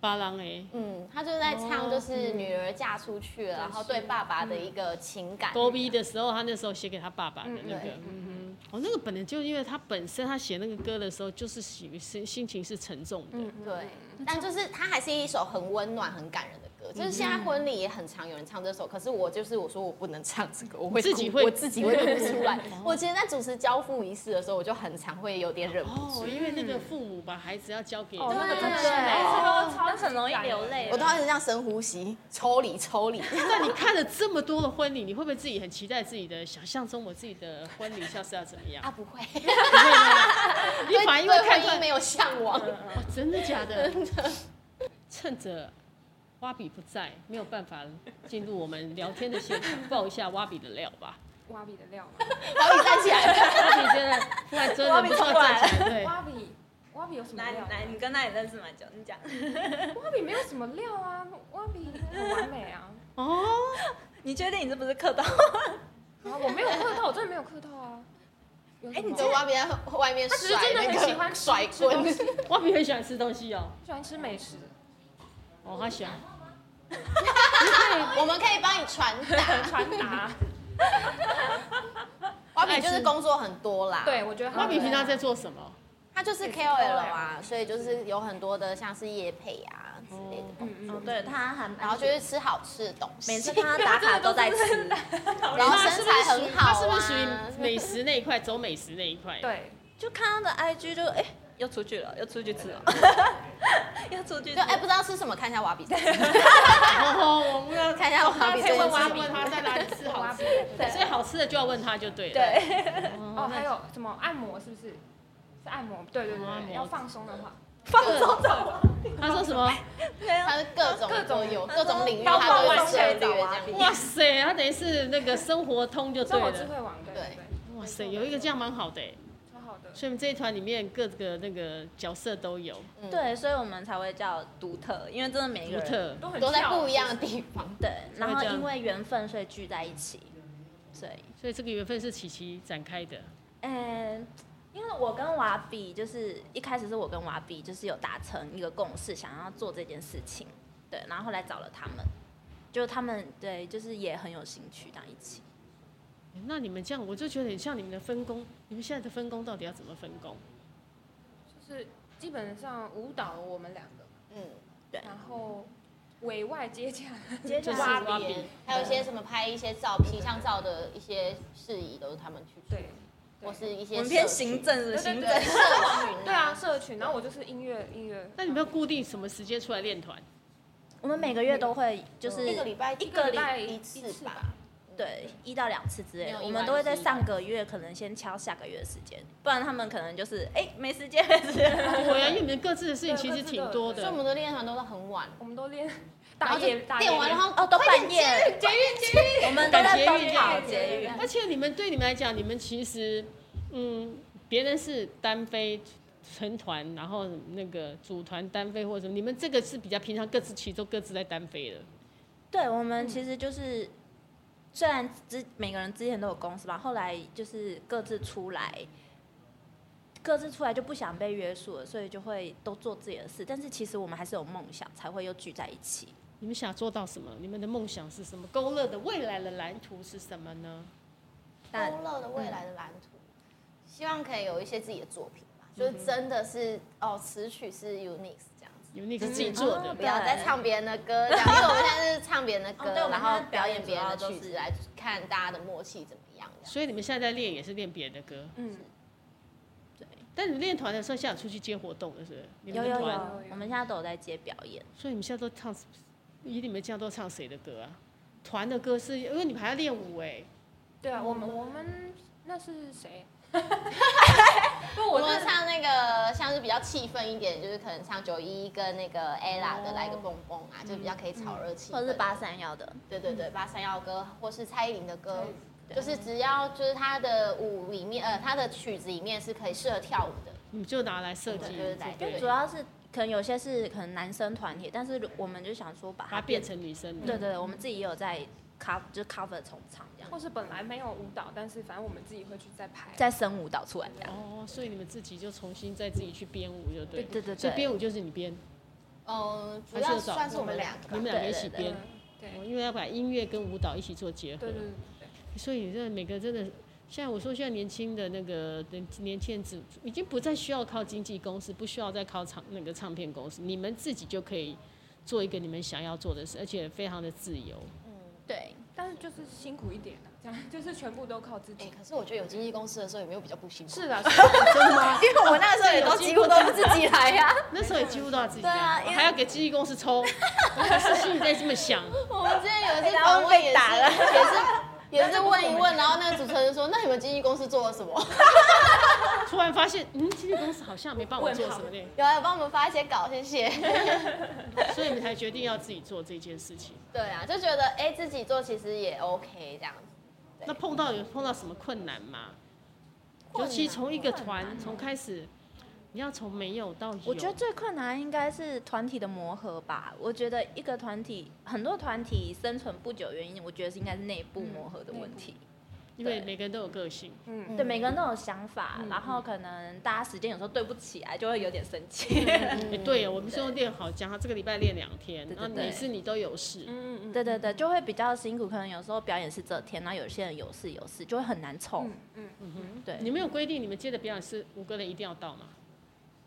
[SPEAKER 2] 巴郎哎，
[SPEAKER 1] 嗯，她就在唱
[SPEAKER 2] 哦
[SPEAKER 1] 就是女儿嫁出去了，然后对爸爸的一个情感。
[SPEAKER 2] 多逼的时候，他那时候写给他爸爸的那
[SPEAKER 1] 对
[SPEAKER 2] 个，嗯哼，哦，那个本来就因为他本身他写那个歌的时候，就是喜心心情是沉重
[SPEAKER 4] 嗯
[SPEAKER 2] 的，
[SPEAKER 1] 对，但就是它还是一首很温暖、很感人的歌。就是现在婚礼也很常有人唱这首，可是我就是我说我不能唱这个，我会
[SPEAKER 2] 自己
[SPEAKER 1] 哭
[SPEAKER 2] 会
[SPEAKER 1] 我自己会哭出来。我其实，在主持交付仪式的时候，我就很常会有点忍不住。
[SPEAKER 2] 哦，因为那个父母把孩子要交给
[SPEAKER 4] 哦，那个真的是，哦
[SPEAKER 1] 对
[SPEAKER 4] 每次都超
[SPEAKER 3] 那很容易流泪
[SPEAKER 1] 我都要一直这样深呼吸，抽离抽离。
[SPEAKER 2] 那你看了这么多的婚礼，你会不会自己很期待自己的想象中我自己的婚礼像是要怎么样？
[SPEAKER 1] 啊，不 会，
[SPEAKER 2] 你反而因为
[SPEAKER 1] 对
[SPEAKER 2] 看
[SPEAKER 1] 婚
[SPEAKER 2] 到
[SPEAKER 1] 姻没有向往。
[SPEAKER 2] 哦，真的假的？趁着 蛙比不在，没有办法进入我们聊天的现场，爆一下蛙比的料吧。
[SPEAKER 4] 蛙比的料嘛。
[SPEAKER 1] 好，你站起来。
[SPEAKER 2] 那你真的突然真的不知道站起来，对，
[SPEAKER 4] 蛙比，蛙比有什么
[SPEAKER 5] 哪里
[SPEAKER 4] 料？
[SPEAKER 5] 哪里？你跟那里认识蛮久，你讲。
[SPEAKER 4] 蛙比没有什么料啊，蛙比很完美啊。
[SPEAKER 2] 哦，
[SPEAKER 5] 你确定你这不是客套？
[SPEAKER 4] 啊，我没有客套，我真的没有客套啊。有什
[SPEAKER 1] 哎，
[SPEAKER 4] 么
[SPEAKER 1] 你在挖别人外面
[SPEAKER 4] 他只是
[SPEAKER 1] 甩
[SPEAKER 4] 真的很喜
[SPEAKER 1] 那
[SPEAKER 4] 欢
[SPEAKER 1] 个
[SPEAKER 4] 吃
[SPEAKER 1] 甩
[SPEAKER 4] 吃东
[SPEAKER 1] 棍
[SPEAKER 4] 西，，喜
[SPEAKER 2] 我比很喜欢吃东西哦，
[SPEAKER 4] 欢吃美食。
[SPEAKER 2] 哦，他喜欢，
[SPEAKER 1] 我们可以帮你传达。
[SPEAKER 4] 传达，
[SPEAKER 1] 蛙比就是工作很多啦，
[SPEAKER 4] 对我觉得他
[SPEAKER 2] 我比
[SPEAKER 4] 们
[SPEAKER 2] 平常在做什么？
[SPEAKER 1] 他就是 KOL 啊，所以就是有很多的像是夜配啊之类的，
[SPEAKER 4] 嗯嗯
[SPEAKER 3] 哦，对他还蛮
[SPEAKER 1] 然后就是吃好吃的东西，
[SPEAKER 3] 每次看他打卡都在 吃，
[SPEAKER 1] 然后身材很好、啊，
[SPEAKER 2] 哦哎他是不是属于美食那一块，走美食那一 块？，
[SPEAKER 4] 对，
[SPEAKER 3] 就看他的 IG 就哎、又出去了，又出去吃 了，又出去吃
[SPEAKER 1] 就哎、不知道吃什么，看一下瓦比，看
[SPEAKER 2] 哦，我们要
[SPEAKER 1] 一下瓦比
[SPEAKER 2] 可
[SPEAKER 1] 这
[SPEAKER 2] 以
[SPEAKER 1] 件
[SPEAKER 2] 问
[SPEAKER 1] 事
[SPEAKER 2] 他
[SPEAKER 1] 情
[SPEAKER 2] 问。他在哪里吃好
[SPEAKER 4] 蛙
[SPEAKER 2] 吃
[SPEAKER 4] 比
[SPEAKER 2] 的，所以好吃的就要问他就对了。
[SPEAKER 5] 对，
[SPEAKER 4] 哦，还有什么按摩是不是？是按摩，对对
[SPEAKER 2] 哦按
[SPEAKER 4] 对，
[SPEAKER 2] 摩
[SPEAKER 4] 要放松的话，
[SPEAKER 5] 放松走。
[SPEAKER 2] 他说什 么？
[SPEAKER 5] 没有
[SPEAKER 1] 他是各种都有，各种领域
[SPEAKER 5] 包括
[SPEAKER 1] 他都
[SPEAKER 5] 万
[SPEAKER 1] 有
[SPEAKER 5] 圣
[SPEAKER 1] 涉猎
[SPEAKER 5] 节
[SPEAKER 1] 这
[SPEAKER 5] 啊
[SPEAKER 1] 样。
[SPEAKER 2] 哇塞，他等于是那个生活通就对
[SPEAKER 4] 生活智
[SPEAKER 2] 了。
[SPEAKER 4] 慧网，对
[SPEAKER 1] 对
[SPEAKER 4] 对对，
[SPEAKER 2] 哇塞，有一个这样蛮好的欸，
[SPEAKER 4] 超好的，
[SPEAKER 2] 所以我们这一团里面各个那个角色都有，
[SPEAKER 1] 嗯，
[SPEAKER 3] 对，所以我们才会叫独特，因为真的每一
[SPEAKER 2] 独
[SPEAKER 3] 个人
[SPEAKER 2] 特。
[SPEAKER 4] 都很
[SPEAKER 1] 都在
[SPEAKER 4] 跳
[SPEAKER 1] 不一样的地方。
[SPEAKER 3] 对，然
[SPEAKER 2] 才会
[SPEAKER 3] 后
[SPEAKER 2] 这样
[SPEAKER 3] 因为缘分所以聚在一起，所以
[SPEAKER 2] 所以这个缘分是琪琪展开的。
[SPEAKER 3] 嗯，因为我跟瓦比就是一开始是我跟瓦比就是有达成一个共识，想要做这件事情，对，然后后来找了他们，就他们对，就是也很有兴趣这样一起。
[SPEAKER 2] 那你们这样，我就觉得很像你们的分工。你们现在的分工到底要怎么分工？
[SPEAKER 4] 就是基本上舞蹈我们两个，
[SPEAKER 1] 嗯，
[SPEAKER 4] 然后委外接洽，
[SPEAKER 3] 接
[SPEAKER 2] 就是
[SPEAKER 1] 挖
[SPEAKER 2] 挖
[SPEAKER 1] 鼻
[SPEAKER 2] 鼻，
[SPEAKER 1] 还有一些什么拍一些照、皮相照的一些事宜，都是他们去做，
[SPEAKER 4] 对，
[SPEAKER 1] 或是一
[SPEAKER 5] 我
[SPEAKER 1] 些
[SPEAKER 5] 们偏
[SPEAKER 1] 社群
[SPEAKER 5] 行政的
[SPEAKER 4] 对
[SPEAKER 5] 行
[SPEAKER 4] 对
[SPEAKER 5] 政
[SPEAKER 1] 对。社群，
[SPEAKER 4] 对啊，，社群，然后我就是音乐音乐，
[SPEAKER 2] 那你们要固定什么时间出来练 团？
[SPEAKER 3] 我们每个月都会就是
[SPEAKER 1] 一个礼拜
[SPEAKER 3] 一
[SPEAKER 4] 一
[SPEAKER 3] 个
[SPEAKER 4] 个
[SPEAKER 3] 礼
[SPEAKER 4] 礼拜
[SPEAKER 1] 一
[SPEAKER 4] 一
[SPEAKER 1] 次
[SPEAKER 4] 次
[SPEAKER 1] 吧
[SPEAKER 4] 吧，
[SPEAKER 3] 对，一到两次之类
[SPEAKER 1] 没有
[SPEAKER 3] 的，
[SPEAKER 1] 意
[SPEAKER 3] 我
[SPEAKER 1] 外
[SPEAKER 3] 们都会在
[SPEAKER 1] 是一百
[SPEAKER 3] 上个月可能先敲下个月的时间，不然他们可能就是哎、没时间没时间，
[SPEAKER 2] 我啊呀，因为你们各自的事情其实挺多
[SPEAKER 1] 所以我
[SPEAKER 2] 的。
[SPEAKER 1] 们的练团啊都是很晚，
[SPEAKER 4] 我们都练
[SPEAKER 1] 然
[SPEAKER 4] 打
[SPEAKER 1] 后就
[SPEAKER 4] 夜打夜
[SPEAKER 1] 练完然
[SPEAKER 4] 练
[SPEAKER 1] 后
[SPEAKER 3] 哦都半夜，
[SPEAKER 1] 捷运捷运，
[SPEAKER 3] 我们都
[SPEAKER 2] 赶
[SPEAKER 3] 在
[SPEAKER 2] 捷
[SPEAKER 3] 奔
[SPEAKER 2] 运
[SPEAKER 3] 跑
[SPEAKER 1] 捷
[SPEAKER 3] 捷
[SPEAKER 1] 运
[SPEAKER 3] 运，
[SPEAKER 2] 而且你们对你们来讲，你们其实，嗯，别人是单飞成团，然后那个组团单飞或者什么，你们这个是比较平常各自其中各自在单飞的。
[SPEAKER 3] 对，我们其实就是虽然之每个人之前都有公司吧，后来就是各自出来。各自出来就不想被约束了，所以就会都做自己的事。但是其实我们还是有梦想，才会又聚在一起。
[SPEAKER 2] 你们想做到什么？你们的梦想是什么？勾勒的未来的蓝图是什么呢？
[SPEAKER 3] 但
[SPEAKER 1] 勾勒的未来的蓝图，希望可以有一些自己的作品吧，
[SPEAKER 3] 嗯
[SPEAKER 1] 就是真的是哦，词曲是 unique 这样子。
[SPEAKER 2] 你们那个是自己做的
[SPEAKER 3] 嗯，
[SPEAKER 1] 不要再唱别人的歌，这样因为我们现在是唱别人的歌，
[SPEAKER 3] 哦对我们
[SPEAKER 1] 然后
[SPEAKER 3] 现在
[SPEAKER 1] 表
[SPEAKER 3] 表
[SPEAKER 1] 演
[SPEAKER 3] 演
[SPEAKER 1] 别人的
[SPEAKER 3] 主要
[SPEAKER 1] 曲
[SPEAKER 3] 都
[SPEAKER 1] 子
[SPEAKER 3] 是
[SPEAKER 1] 来看大家的默契怎么样。这样
[SPEAKER 2] 所以你们现在在练也是练别人的歌。
[SPEAKER 4] 嗯，
[SPEAKER 3] 对，
[SPEAKER 2] 但你们练团的时候，现在有出去接活动了，是不是？你
[SPEAKER 3] 有
[SPEAKER 2] 们
[SPEAKER 3] 有
[SPEAKER 2] 的
[SPEAKER 3] 有
[SPEAKER 2] 团，
[SPEAKER 3] 我们现在都有在接表演。
[SPEAKER 2] 所以你们现在都唱，以你们这样都唱谁的歌啊？团的歌是，因为你们还要练舞哎、
[SPEAKER 4] 对啊，我们我们那是谁？ 不，我
[SPEAKER 1] 我们
[SPEAKER 4] 是
[SPEAKER 1] 唱那个像是比较气氛一点，就是可能唱九一跟那个 Ella 的
[SPEAKER 2] 哦
[SPEAKER 1] 来个蹦蹦啊，
[SPEAKER 3] 嗯
[SPEAKER 1] 就比较可以炒热气氛。
[SPEAKER 3] 或者是八三幺的，
[SPEAKER 1] 对对对，八三幺的歌或是蔡依林的歌，
[SPEAKER 3] 对
[SPEAKER 1] 就是只要就是她的舞里面呃她的曲子里面是可以适合跳舞的。
[SPEAKER 2] 你们就拿来设
[SPEAKER 1] 对
[SPEAKER 2] 计，
[SPEAKER 1] 对对
[SPEAKER 2] 对
[SPEAKER 1] 对
[SPEAKER 3] 主要是可能有些是可能男生团体，但是我们就想说把
[SPEAKER 2] 把它
[SPEAKER 3] 它
[SPEAKER 2] 变成女生
[SPEAKER 3] 对
[SPEAKER 2] 的。
[SPEAKER 3] 对对，我们自己也有在 cover 就是 cover 重唱这样，
[SPEAKER 4] 或是本来没有舞蹈，但是反正我们自己会去再排。
[SPEAKER 3] 再生舞蹈出来这样。
[SPEAKER 2] 哦，所以你们自己就重新再自己去编舞，就对了。
[SPEAKER 3] 对对
[SPEAKER 2] 所以
[SPEAKER 3] 对，
[SPEAKER 2] 编舞就是你编，
[SPEAKER 1] 嗯，主
[SPEAKER 2] 还
[SPEAKER 1] 要
[SPEAKER 2] 是找
[SPEAKER 1] 算是我们两个
[SPEAKER 2] 你
[SPEAKER 1] 吧。
[SPEAKER 2] 们两个一起
[SPEAKER 3] 对
[SPEAKER 2] 编，
[SPEAKER 4] 对
[SPEAKER 2] 哦因为要把音乐跟舞蹈一起做结合
[SPEAKER 4] 嗯对。对对，
[SPEAKER 2] 所以你这每个真的，现在我说现在年轻的那个年年轻人只已经不再需要靠经纪公司，不需要再靠唱那个唱片公司，你们自己就可以做一个你们想要做的事，而且非常的自由。
[SPEAKER 3] 对，
[SPEAKER 4] 但是就是辛苦一点啊，这样就是全部都靠自
[SPEAKER 1] 哎
[SPEAKER 4] 己，。
[SPEAKER 1] 可是我觉得有经纪公司的时候有没有比较不辛苦？
[SPEAKER 4] 是的，是的
[SPEAKER 1] 因为我那时候也都几乎都是自己来呀、
[SPEAKER 2] 那时候也几乎都要自己来，
[SPEAKER 1] 对啊因为
[SPEAKER 2] 还要给经纪公司抽，可是心里在这么想，
[SPEAKER 1] 我们之前有 一次访问也是
[SPEAKER 5] 打了
[SPEAKER 1] 也是也是问一问，然后那个主持人就说：“那你们经纪公司做了什么？
[SPEAKER 2] 突然发现，嗯，经纪公司好像没帮我做什么呢，
[SPEAKER 1] 有来啊帮我们发一些稿，谢 谢。
[SPEAKER 2] 所以你们才决定要自己做这件事情。”
[SPEAKER 1] 对啊，就觉得哎、自己做其实也 OK 这样子。
[SPEAKER 2] 那碰到有碰到什么困难吗？尤其从一个团从开始，你要从没有到有，
[SPEAKER 6] 我觉得最困难应该是团体的磨合吧。我觉得一个团体，很多团体生存不久，原因我觉得是应该是内部
[SPEAKER 3] 嗯
[SPEAKER 6] 磨合的问题。
[SPEAKER 2] 因为
[SPEAKER 6] 对
[SPEAKER 2] 每个人都有个性，
[SPEAKER 4] 嗯，
[SPEAKER 6] 对，每个人都有想法，
[SPEAKER 2] 嗯
[SPEAKER 6] 然后可能大家时间有时候对不起来，就会有点生气。
[SPEAKER 2] 哎，对，
[SPEAKER 1] 嗯
[SPEAKER 2] 我们是用练好讲，他这个礼拜练两天，
[SPEAKER 6] 对对
[SPEAKER 2] 然后
[SPEAKER 6] 对
[SPEAKER 2] 每次你都有事，
[SPEAKER 4] 嗯嗯嗯，
[SPEAKER 6] 对对对，就会比较辛苦。可能有时候表演是这天，然后有些人有事有事，就会很难凑
[SPEAKER 4] 嗯。嗯，
[SPEAKER 6] 对，
[SPEAKER 2] 你们有规定你们接的表演是五个人一定要到吗？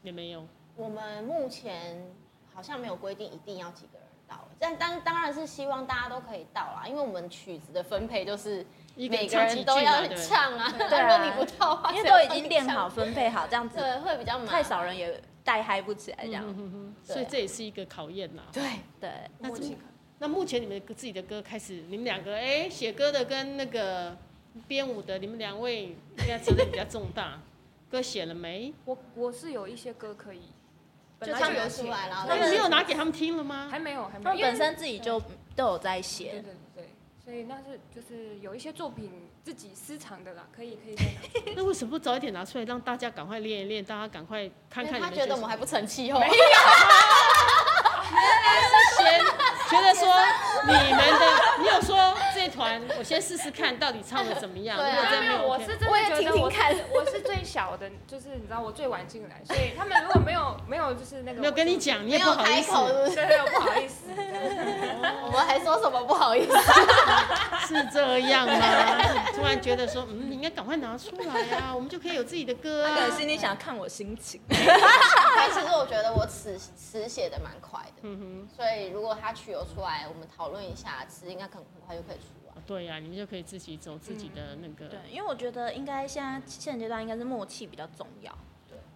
[SPEAKER 2] 也没有，
[SPEAKER 1] 我们目前好像没有规定一定要几个人到，但当当然是希望大家都可以到啦，因为我们曲子的分配就是
[SPEAKER 2] 一个
[SPEAKER 1] 每个
[SPEAKER 2] 唱
[SPEAKER 1] 人
[SPEAKER 2] 几句
[SPEAKER 1] 都要
[SPEAKER 2] 嘛，对不对
[SPEAKER 1] 唱啊，
[SPEAKER 6] 对
[SPEAKER 1] 如
[SPEAKER 6] 啊
[SPEAKER 1] 果你不到的话，
[SPEAKER 6] 因为
[SPEAKER 1] 谁要
[SPEAKER 6] 都
[SPEAKER 1] 帮
[SPEAKER 6] 已经
[SPEAKER 1] 你
[SPEAKER 6] 练
[SPEAKER 1] 唱
[SPEAKER 6] 好，分配好，这样子
[SPEAKER 1] 对，会比较麻烦
[SPEAKER 6] 太少人也带嗨不起来，这样。
[SPEAKER 2] 嗯哼哼
[SPEAKER 1] 对
[SPEAKER 2] 所以这也是一个考验啦。
[SPEAKER 1] 对，
[SPEAKER 6] 对，
[SPEAKER 3] 嗯
[SPEAKER 2] 那
[SPEAKER 4] 默
[SPEAKER 2] 这
[SPEAKER 4] 契
[SPEAKER 2] 么那目前你们自己的歌开始，你们两个哎写歌的跟那个编舞的，你们两位应该责任比较重大。 歌写了没？
[SPEAKER 4] 我我是有一些歌可以，本
[SPEAKER 1] 就
[SPEAKER 4] 来
[SPEAKER 1] 唱
[SPEAKER 4] 有
[SPEAKER 1] 得
[SPEAKER 4] 写
[SPEAKER 1] 出来啦
[SPEAKER 2] 那
[SPEAKER 1] 对
[SPEAKER 2] 你有拿给他们听了吗？
[SPEAKER 4] 还没有还没
[SPEAKER 6] 他
[SPEAKER 4] 有，
[SPEAKER 6] 们
[SPEAKER 4] 因为
[SPEAKER 6] 本身自己就都有在
[SPEAKER 4] 对
[SPEAKER 6] 写。
[SPEAKER 4] 对对对，所以那是就是有一些作品自己私藏的啦，可以可以再拿出来
[SPEAKER 2] 那为什么不早一点拿出来，让大家赶快练一练，大家赶快看
[SPEAKER 1] 因为
[SPEAKER 2] 看你
[SPEAKER 1] 他
[SPEAKER 2] 们
[SPEAKER 1] 觉得
[SPEAKER 2] 这
[SPEAKER 1] 我们还不成气候，
[SPEAKER 2] 先觉 得说你们的，你有说这团我先试试看到底唱的怎么样，
[SPEAKER 1] 对啊
[SPEAKER 2] 如果真
[SPEAKER 4] 没
[SPEAKER 2] 的没
[SPEAKER 4] 有，
[SPEAKER 2] 有
[SPEAKER 4] 我
[SPEAKER 2] OK，
[SPEAKER 4] 是真
[SPEAKER 1] 我也
[SPEAKER 4] 的觉
[SPEAKER 1] 听
[SPEAKER 4] 得
[SPEAKER 1] 听
[SPEAKER 4] 我是
[SPEAKER 1] 看
[SPEAKER 4] 我是最小的，就是你知道我最晚进来，所以他们如果没有没有就是那个
[SPEAKER 2] 没有跟
[SPEAKER 4] 我
[SPEAKER 2] 你
[SPEAKER 4] 就，
[SPEAKER 2] 讲，
[SPEAKER 1] 没
[SPEAKER 2] 你也不
[SPEAKER 1] 有
[SPEAKER 2] 好意
[SPEAKER 1] 开
[SPEAKER 2] 思，哦
[SPEAKER 1] 口，是不是？
[SPEAKER 4] 对 对，我不好意思，
[SPEAKER 1] 我们还说什么不好意思？
[SPEAKER 2] 是这样吗？突然觉得说，嗯，你应该赶快拿出来 啊，我们就可以有自己的歌
[SPEAKER 6] 他可
[SPEAKER 2] 啊
[SPEAKER 6] 能。心里想看我心情，
[SPEAKER 1] 但其实我觉得我词词写的蛮快的，
[SPEAKER 2] 嗯
[SPEAKER 1] 所以如果他曲有出来，我们讨论一下，词应该可能很快就可以出来。
[SPEAKER 2] 哼，对呀、啊你们就可以自己走自己的那个。
[SPEAKER 6] 对，因为我觉得应该现在现阶段应该是默契比较重要。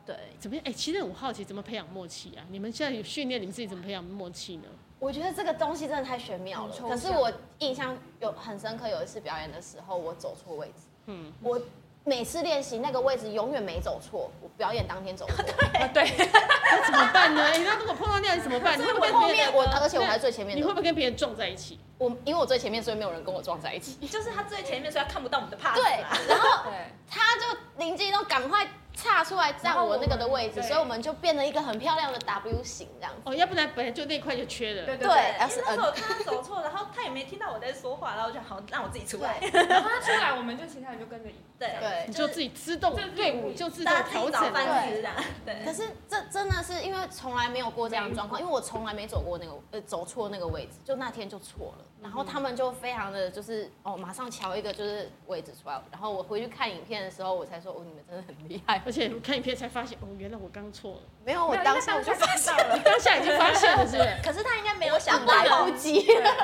[SPEAKER 6] 对，
[SPEAKER 2] 怎么样？哎、其实我好奇怎么培养默契啊？你们现在有训练，你们自己怎么培养默契呢？
[SPEAKER 1] 我觉得这个东西真的太玄妙了。
[SPEAKER 4] 很抽象
[SPEAKER 1] 可是我印象有很深刻，有一次表演的时候，我走错位置。
[SPEAKER 2] 嗯
[SPEAKER 1] 嗯，我每次练习那个位置永远没走错，我表演当天走 错。
[SPEAKER 3] 啊
[SPEAKER 2] 那怎么办呢？哎、那如果碰到那样你怎么办？你会不会跟
[SPEAKER 1] 后
[SPEAKER 2] 别
[SPEAKER 1] 面
[SPEAKER 2] 人
[SPEAKER 1] 我，而且我还是最前面
[SPEAKER 2] 你会
[SPEAKER 1] 的。
[SPEAKER 2] 不会跟别人撞在一起？
[SPEAKER 1] 我因为我最前面，所以没有人跟我撞在一 起。
[SPEAKER 3] 就是他最前面，所以他看不到我们的啊 pass
[SPEAKER 1] 对
[SPEAKER 3] 啦。，
[SPEAKER 1] 然后
[SPEAKER 4] 对，
[SPEAKER 1] 他就灵机一动，赶快岔出来
[SPEAKER 4] 然
[SPEAKER 1] 站
[SPEAKER 4] 后
[SPEAKER 1] 我那个
[SPEAKER 4] 我们
[SPEAKER 1] 的位置，
[SPEAKER 4] 对
[SPEAKER 1] 所以我们就变成一个很漂亮的 W 型这样子。
[SPEAKER 2] 哦，要不然本来就那块就缺了。
[SPEAKER 4] 对
[SPEAKER 1] 对
[SPEAKER 4] 对对。
[SPEAKER 1] ，S
[SPEAKER 3] 因为那时候
[SPEAKER 1] N。
[SPEAKER 3] 看他走错，然后他也没听到我在说话，然后我就好让我自己出来。
[SPEAKER 4] 然后他出来，我们就其他人就跟着一起。
[SPEAKER 3] 对
[SPEAKER 1] 对
[SPEAKER 2] 你，就自己自动
[SPEAKER 4] 就是
[SPEAKER 2] 队伍就自动
[SPEAKER 3] 大家自
[SPEAKER 2] 调
[SPEAKER 3] 己
[SPEAKER 2] 整
[SPEAKER 3] 找
[SPEAKER 2] 了。
[SPEAKER 3] 饭吃的。对
[SPEAKER 1] 可，是这真的是因为从来没有过这样的状况，因为我从来没走过那个呃走错那个位置，就那天就错了。然后他们就非常的就是哦，马上瞧一个就是位置出来。然后我回去看影片的时候，我才说哦，你们真的很厉害。
[SPEAKER 2] 而且看影片才发现，哦，原来我刚错了，
[SPEAKER 1] 没有，我
[SPEAKER 4] 那
[SPEAKER 1] 当
[SPEAKER 4] 那
[SPEAKER 1] 下我就
[SPEAKER 4] 看到了，
[SPEAKER 2] 当下已经发现了，是不是？
[SPEAKER 3] 可是他应该没有想到
[SPEAKER 1] 大，攻击。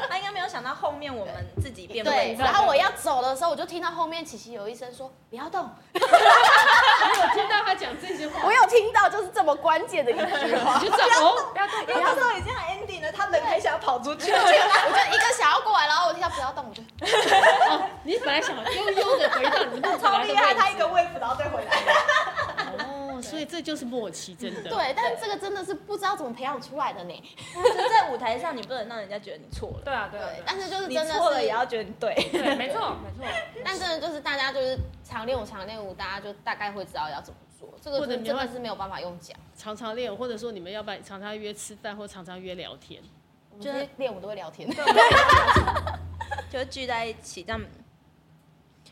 [SPEAKER 3] 他应该没有想到后面我们自己变
[SPEAKER 1] 对，
[SPEAKER 3] 位置。
[SPEAKER 1] 然后我要走的时候，我就听到后面琪琪有一声说不要动，
[SPEAKER 2] 我有听到他讲这些话
[SPEAKER 1] 我，有听到就是这么关键 的一句话
[SPEAKER 2] 你。就知道哦，
[SPEAKER 4] 不要动，不要
[SPEAKER 3] 那时候已经 ending 了，他人还想要跑出去。
[SPEAKER 1] 我就一个想要过来，然后我听到不要动，我就
[SPEAKER 2] 哦，你本来想悠悠的回到你那
[SPEAKER 3] 超
[SPEAKER 2] 本
[SPEAKER 3] 厉
[SPEAKER 2] 来
[SPEAKER 3] 害，
[SPEAKER 2] 的
[SPEAKER 3] 他
[SPEAKER 2] 位
[SPEAKER 3] 一个 wave 然后再回来。
[SPEAKER 2] 置哦，所以这就是默契，真的。
[SPEAKER 1] 对。但是这个真的是不知道怎么培养出来的呢。
[SPEAKER 3] 就在舞台上，你不能让人家觉得你错了，
[SPEAKER 4] 对啊，对啊，
[SPEAKER 1] 对，
[SPEAKER 4] 对啊
[SPEAKER 1] 但是就是
[SPEAKER 3] 你
[SPEAKER 1] 真的
[SPEAKER 3] 错了
[SPEAKER 1] 是
[SPEAKER 3] 也要觉得你对。
[SPEAKER 4] 对，没错，没错。
[SPEAKER 1] 但真的就是大家就是常练舞常练舞，大家就大概会知道要怎么做。这个
[SPEAKER 2] 或者
[SPEAKER 1] 真
[SPEAKER 2] 你要
[SPEAKER 1] 真的是没有办法用讲，
[SPEAKER 2] 常常练，或者说你们要不然常常约吃饭，或常常约聊天。
[SPEAKER 1] 我们就是练舞都会聊天。
[SPEAKER 3] 就聚在一起，这样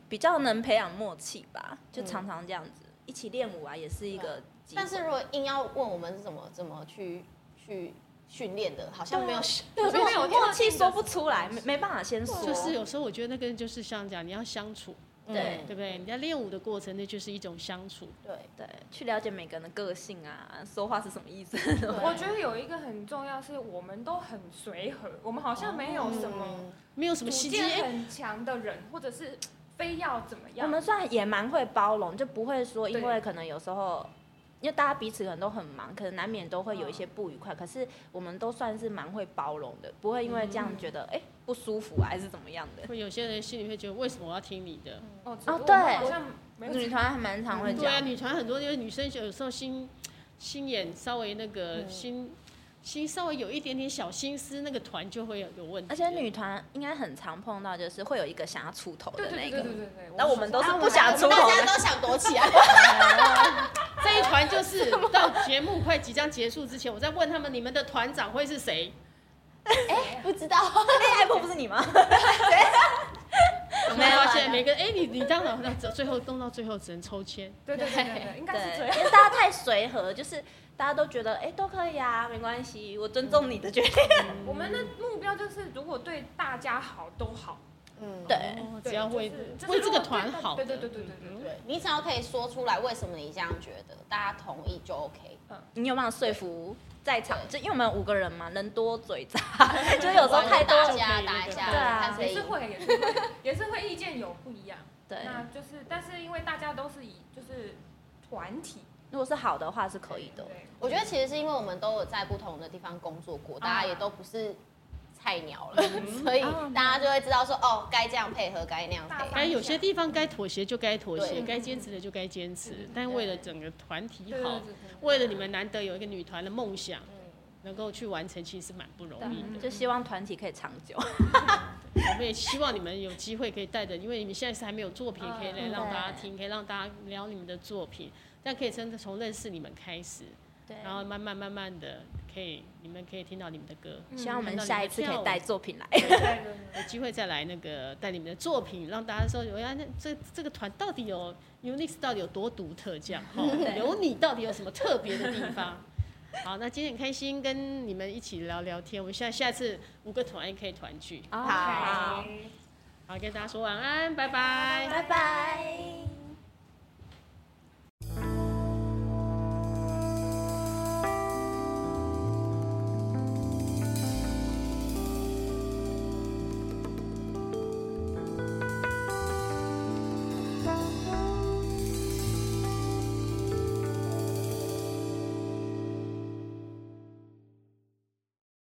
[SPEAKER 3] 比较能培养默契吧。就常常这样子、一起练舞啊，也是一个机 会。
[SPEAKER 1] 但是如果硬要问我们是怎么怎么去去训练的，好像没有
[SPEAKER 3] 对啊
[SPEAKER 4] 没有
[SPEAKER 3] 默契说不出来，没没办法先说。
[SPEAKER 2] 就是有时候我觉得那个就是像讲，你要相处，
[SPEAKER 3] 对
[SPEAKER 2] 对不对？你在练舞的过程，那就是一种相处。
[SPEAKER 1] 对
[SPEAKER 3] 对，去了解每个人的个性啊，说话是什么意思。
[SPEAKER 4] 我觉得有一个很重要是，我们都很随和，我们好像没有什
[SPEAKER 1] 嗯
[SPEAKER 4] 么
[SPEAKER 2] 没有什
[SPEAKER 4] 主
[SPEAKER 2] 么细
[SPEAKER 4] 见
[SPEAKER 2] 节，
[SPEAKER 4] 很强的人，或者是非要怎么
[SPEAKER 3] 我
[SPEAKER 4] 样。
[SPEAKER 3] 们算也蛮会包容，就不会说，因
[SPEAKER 4] 对
[SPEAKER 3] 为可能有时候，因为大家彼此可能都很忙，可能难免都会有一些不愉快。
[SPEAKER 4] 嗯
[SPEAKER 3] 可是我们都算是蛮会包容的，不会因为这样觉得哎、不舒服啊，还是怎么样的。
[SPEAKER 2] 会有些人心里会觉得，为什么我要听你的？
[SPEAKER 4] 哦
[SPEAKER 3] 哦对
[SPEAKER 4] 对，我们好像没有
[SPEAKER 3] 女团还蛮常会这
[SPEAKER 2] 对啊，
[SPEAKER 3] 样，
[SPEAKER 4] 嗯
[SPEAKER 2] 女团很多就是女生有时候心心眼稍微那个心心稍微有一点点小心思，那个团就会有有问题。
[SPEAKER 3] 而且女团应该很常碰到，就是会有一个想要出头
[SPEAKER 4] 对
[SPEAKER 3] 的那
[SPEAKER 4] 对对
[SPEAKER 3] 个
[SPEAKER 4] 对，对对，
[SPEAKER 3] 那我们都是
[SPEAKER 4] 啊
[SPEAKER 3] 不想出
[SPEAKER 1] 啊大
[SPEAKER 3] 头
[SPEAKER 1] 家
[SPEAKER 3] 的。
[SPEAKER 1] 都想躲起来。
[SPEAKER 2] 这一团 就是到节目快即将结束之前，我在问他们你们的团长会是谁？
[SPEAKER 1] 不知道，
[SPEAKER 3] 哎，爱婆不是 你吗？
[SPEAKER 2] 有没有发现每个人哎、你你当然那最后弄到最后只能抽签，
[SPEAKER 4] 对对对对对，应该是这
[SPEAKER 3] 对，
[SPEAKER 4] 样。
[SPEAKER 3] 因为大家太随和，就是大家都觉得哎都可以啊，没关系，我尊重你的决定。
[SPEAKER 4] 我们的目标就是，如果对大家好都好，
[SPEAKER 1] 嗯，
[SPEAKER 3] 对，
[SPEAKER 2] 哦，
[SPEAKER 4] 对
[SPEAKER 2] 只要为
[SPEAKER 4] 就是就是
[SPEAKER 2] 为这个
[SPEAKER 4] 如果对
[SPEAKER 2] 团
[SPEAKER 4] 大
[SPEAKER 2] 好的，
[SPEAKER 4] 对对对对对对
[SPEAKER 2] 嗯
[SPEAKER 1] 对你只要可以说出来为什么你这样觉得，大家同意就 OK。
[SPEAKER 3] 你有办法说服在场？就因为我们五个人嘛，人多嘴杂， 就有时候太多
[SPEAKER 1] 打
[SPEAKER 3] 了。
[SPEAKER 1] 一下打一下，
[SPEAKER 3] 对啊
[SPEAKER 1] 看
[SPEAKER 4] 也
[SPEAKER 1] 谁
[SPEAKER 4] 是
[SPEAKER 1] 赢。
[SPEAKER 4] 会也是会也是会意见有不一样。
[SPEAKER 3] 对，
[SPEAKER 4] 那就是，但是因为大家都是以就是团体
[SPEAKER 3] 如果是好的话是可以的。
[SPEAKER 4] 对
[SPEAKER 1] 我觉得其实是因为我们都有在不同的地方工作过，大
[SPEAKER 3] 啊
[SPEAKER 1] 家也都不是菜鸟了，
[SPEAKER 3] 嗯
[SPEAKER 1] 所以大家就会知道说，哦，该这样配合，该那样配合。
[SPEAKER 2] 该有些地方该妥协就该妥协，
[SPEAKER 1] 对
[SPEAKER 2] 该坚持的就该坚持。但为了整个团体
[SPEAKER 4] 对对
[SPEAKER 2] 好
[SPEAKER 4] 对，对对
[SPEAKER 2] 为了你们难得有一个女团的梦想，能够去完成，其实蛮不容易
[SPEAKER 4] 嗯
[SPEAKER 2] 的。
[SPEAKER 3] 就希望团体可以长久。
[SPEAKER 2] 我们也希望你们有机会可以带着，因为你们现在是还没有作品可以来让大家听，可以让大家聊你们的作品，但可以真的从认识你们开始，
[SPEAKER 3] 对
[SPEAKER 2] 然后慢慢慢慢的可以，你们可以听到你们的歌，
[SPEAKER 3] 希望我们下一次可以带作品来。
[SPEAKER 4] 对对对对
[SPEAKER 2] 有机会再来那个带你们的作品，让大家说，原来那这这个团到底有 Unix 到底有多独特，这样哈，有你到底有什么特别的地方？ 好，那今天很开心跟你们一起聊聊天，我们下下次五个团也可以团聚，
[SPEAKER 3] 好
[SPEAKER 1] 好
[SPEAKER 2] 好跟大家说晚安，拜拜。
[SPEAKER 3] 拜拜。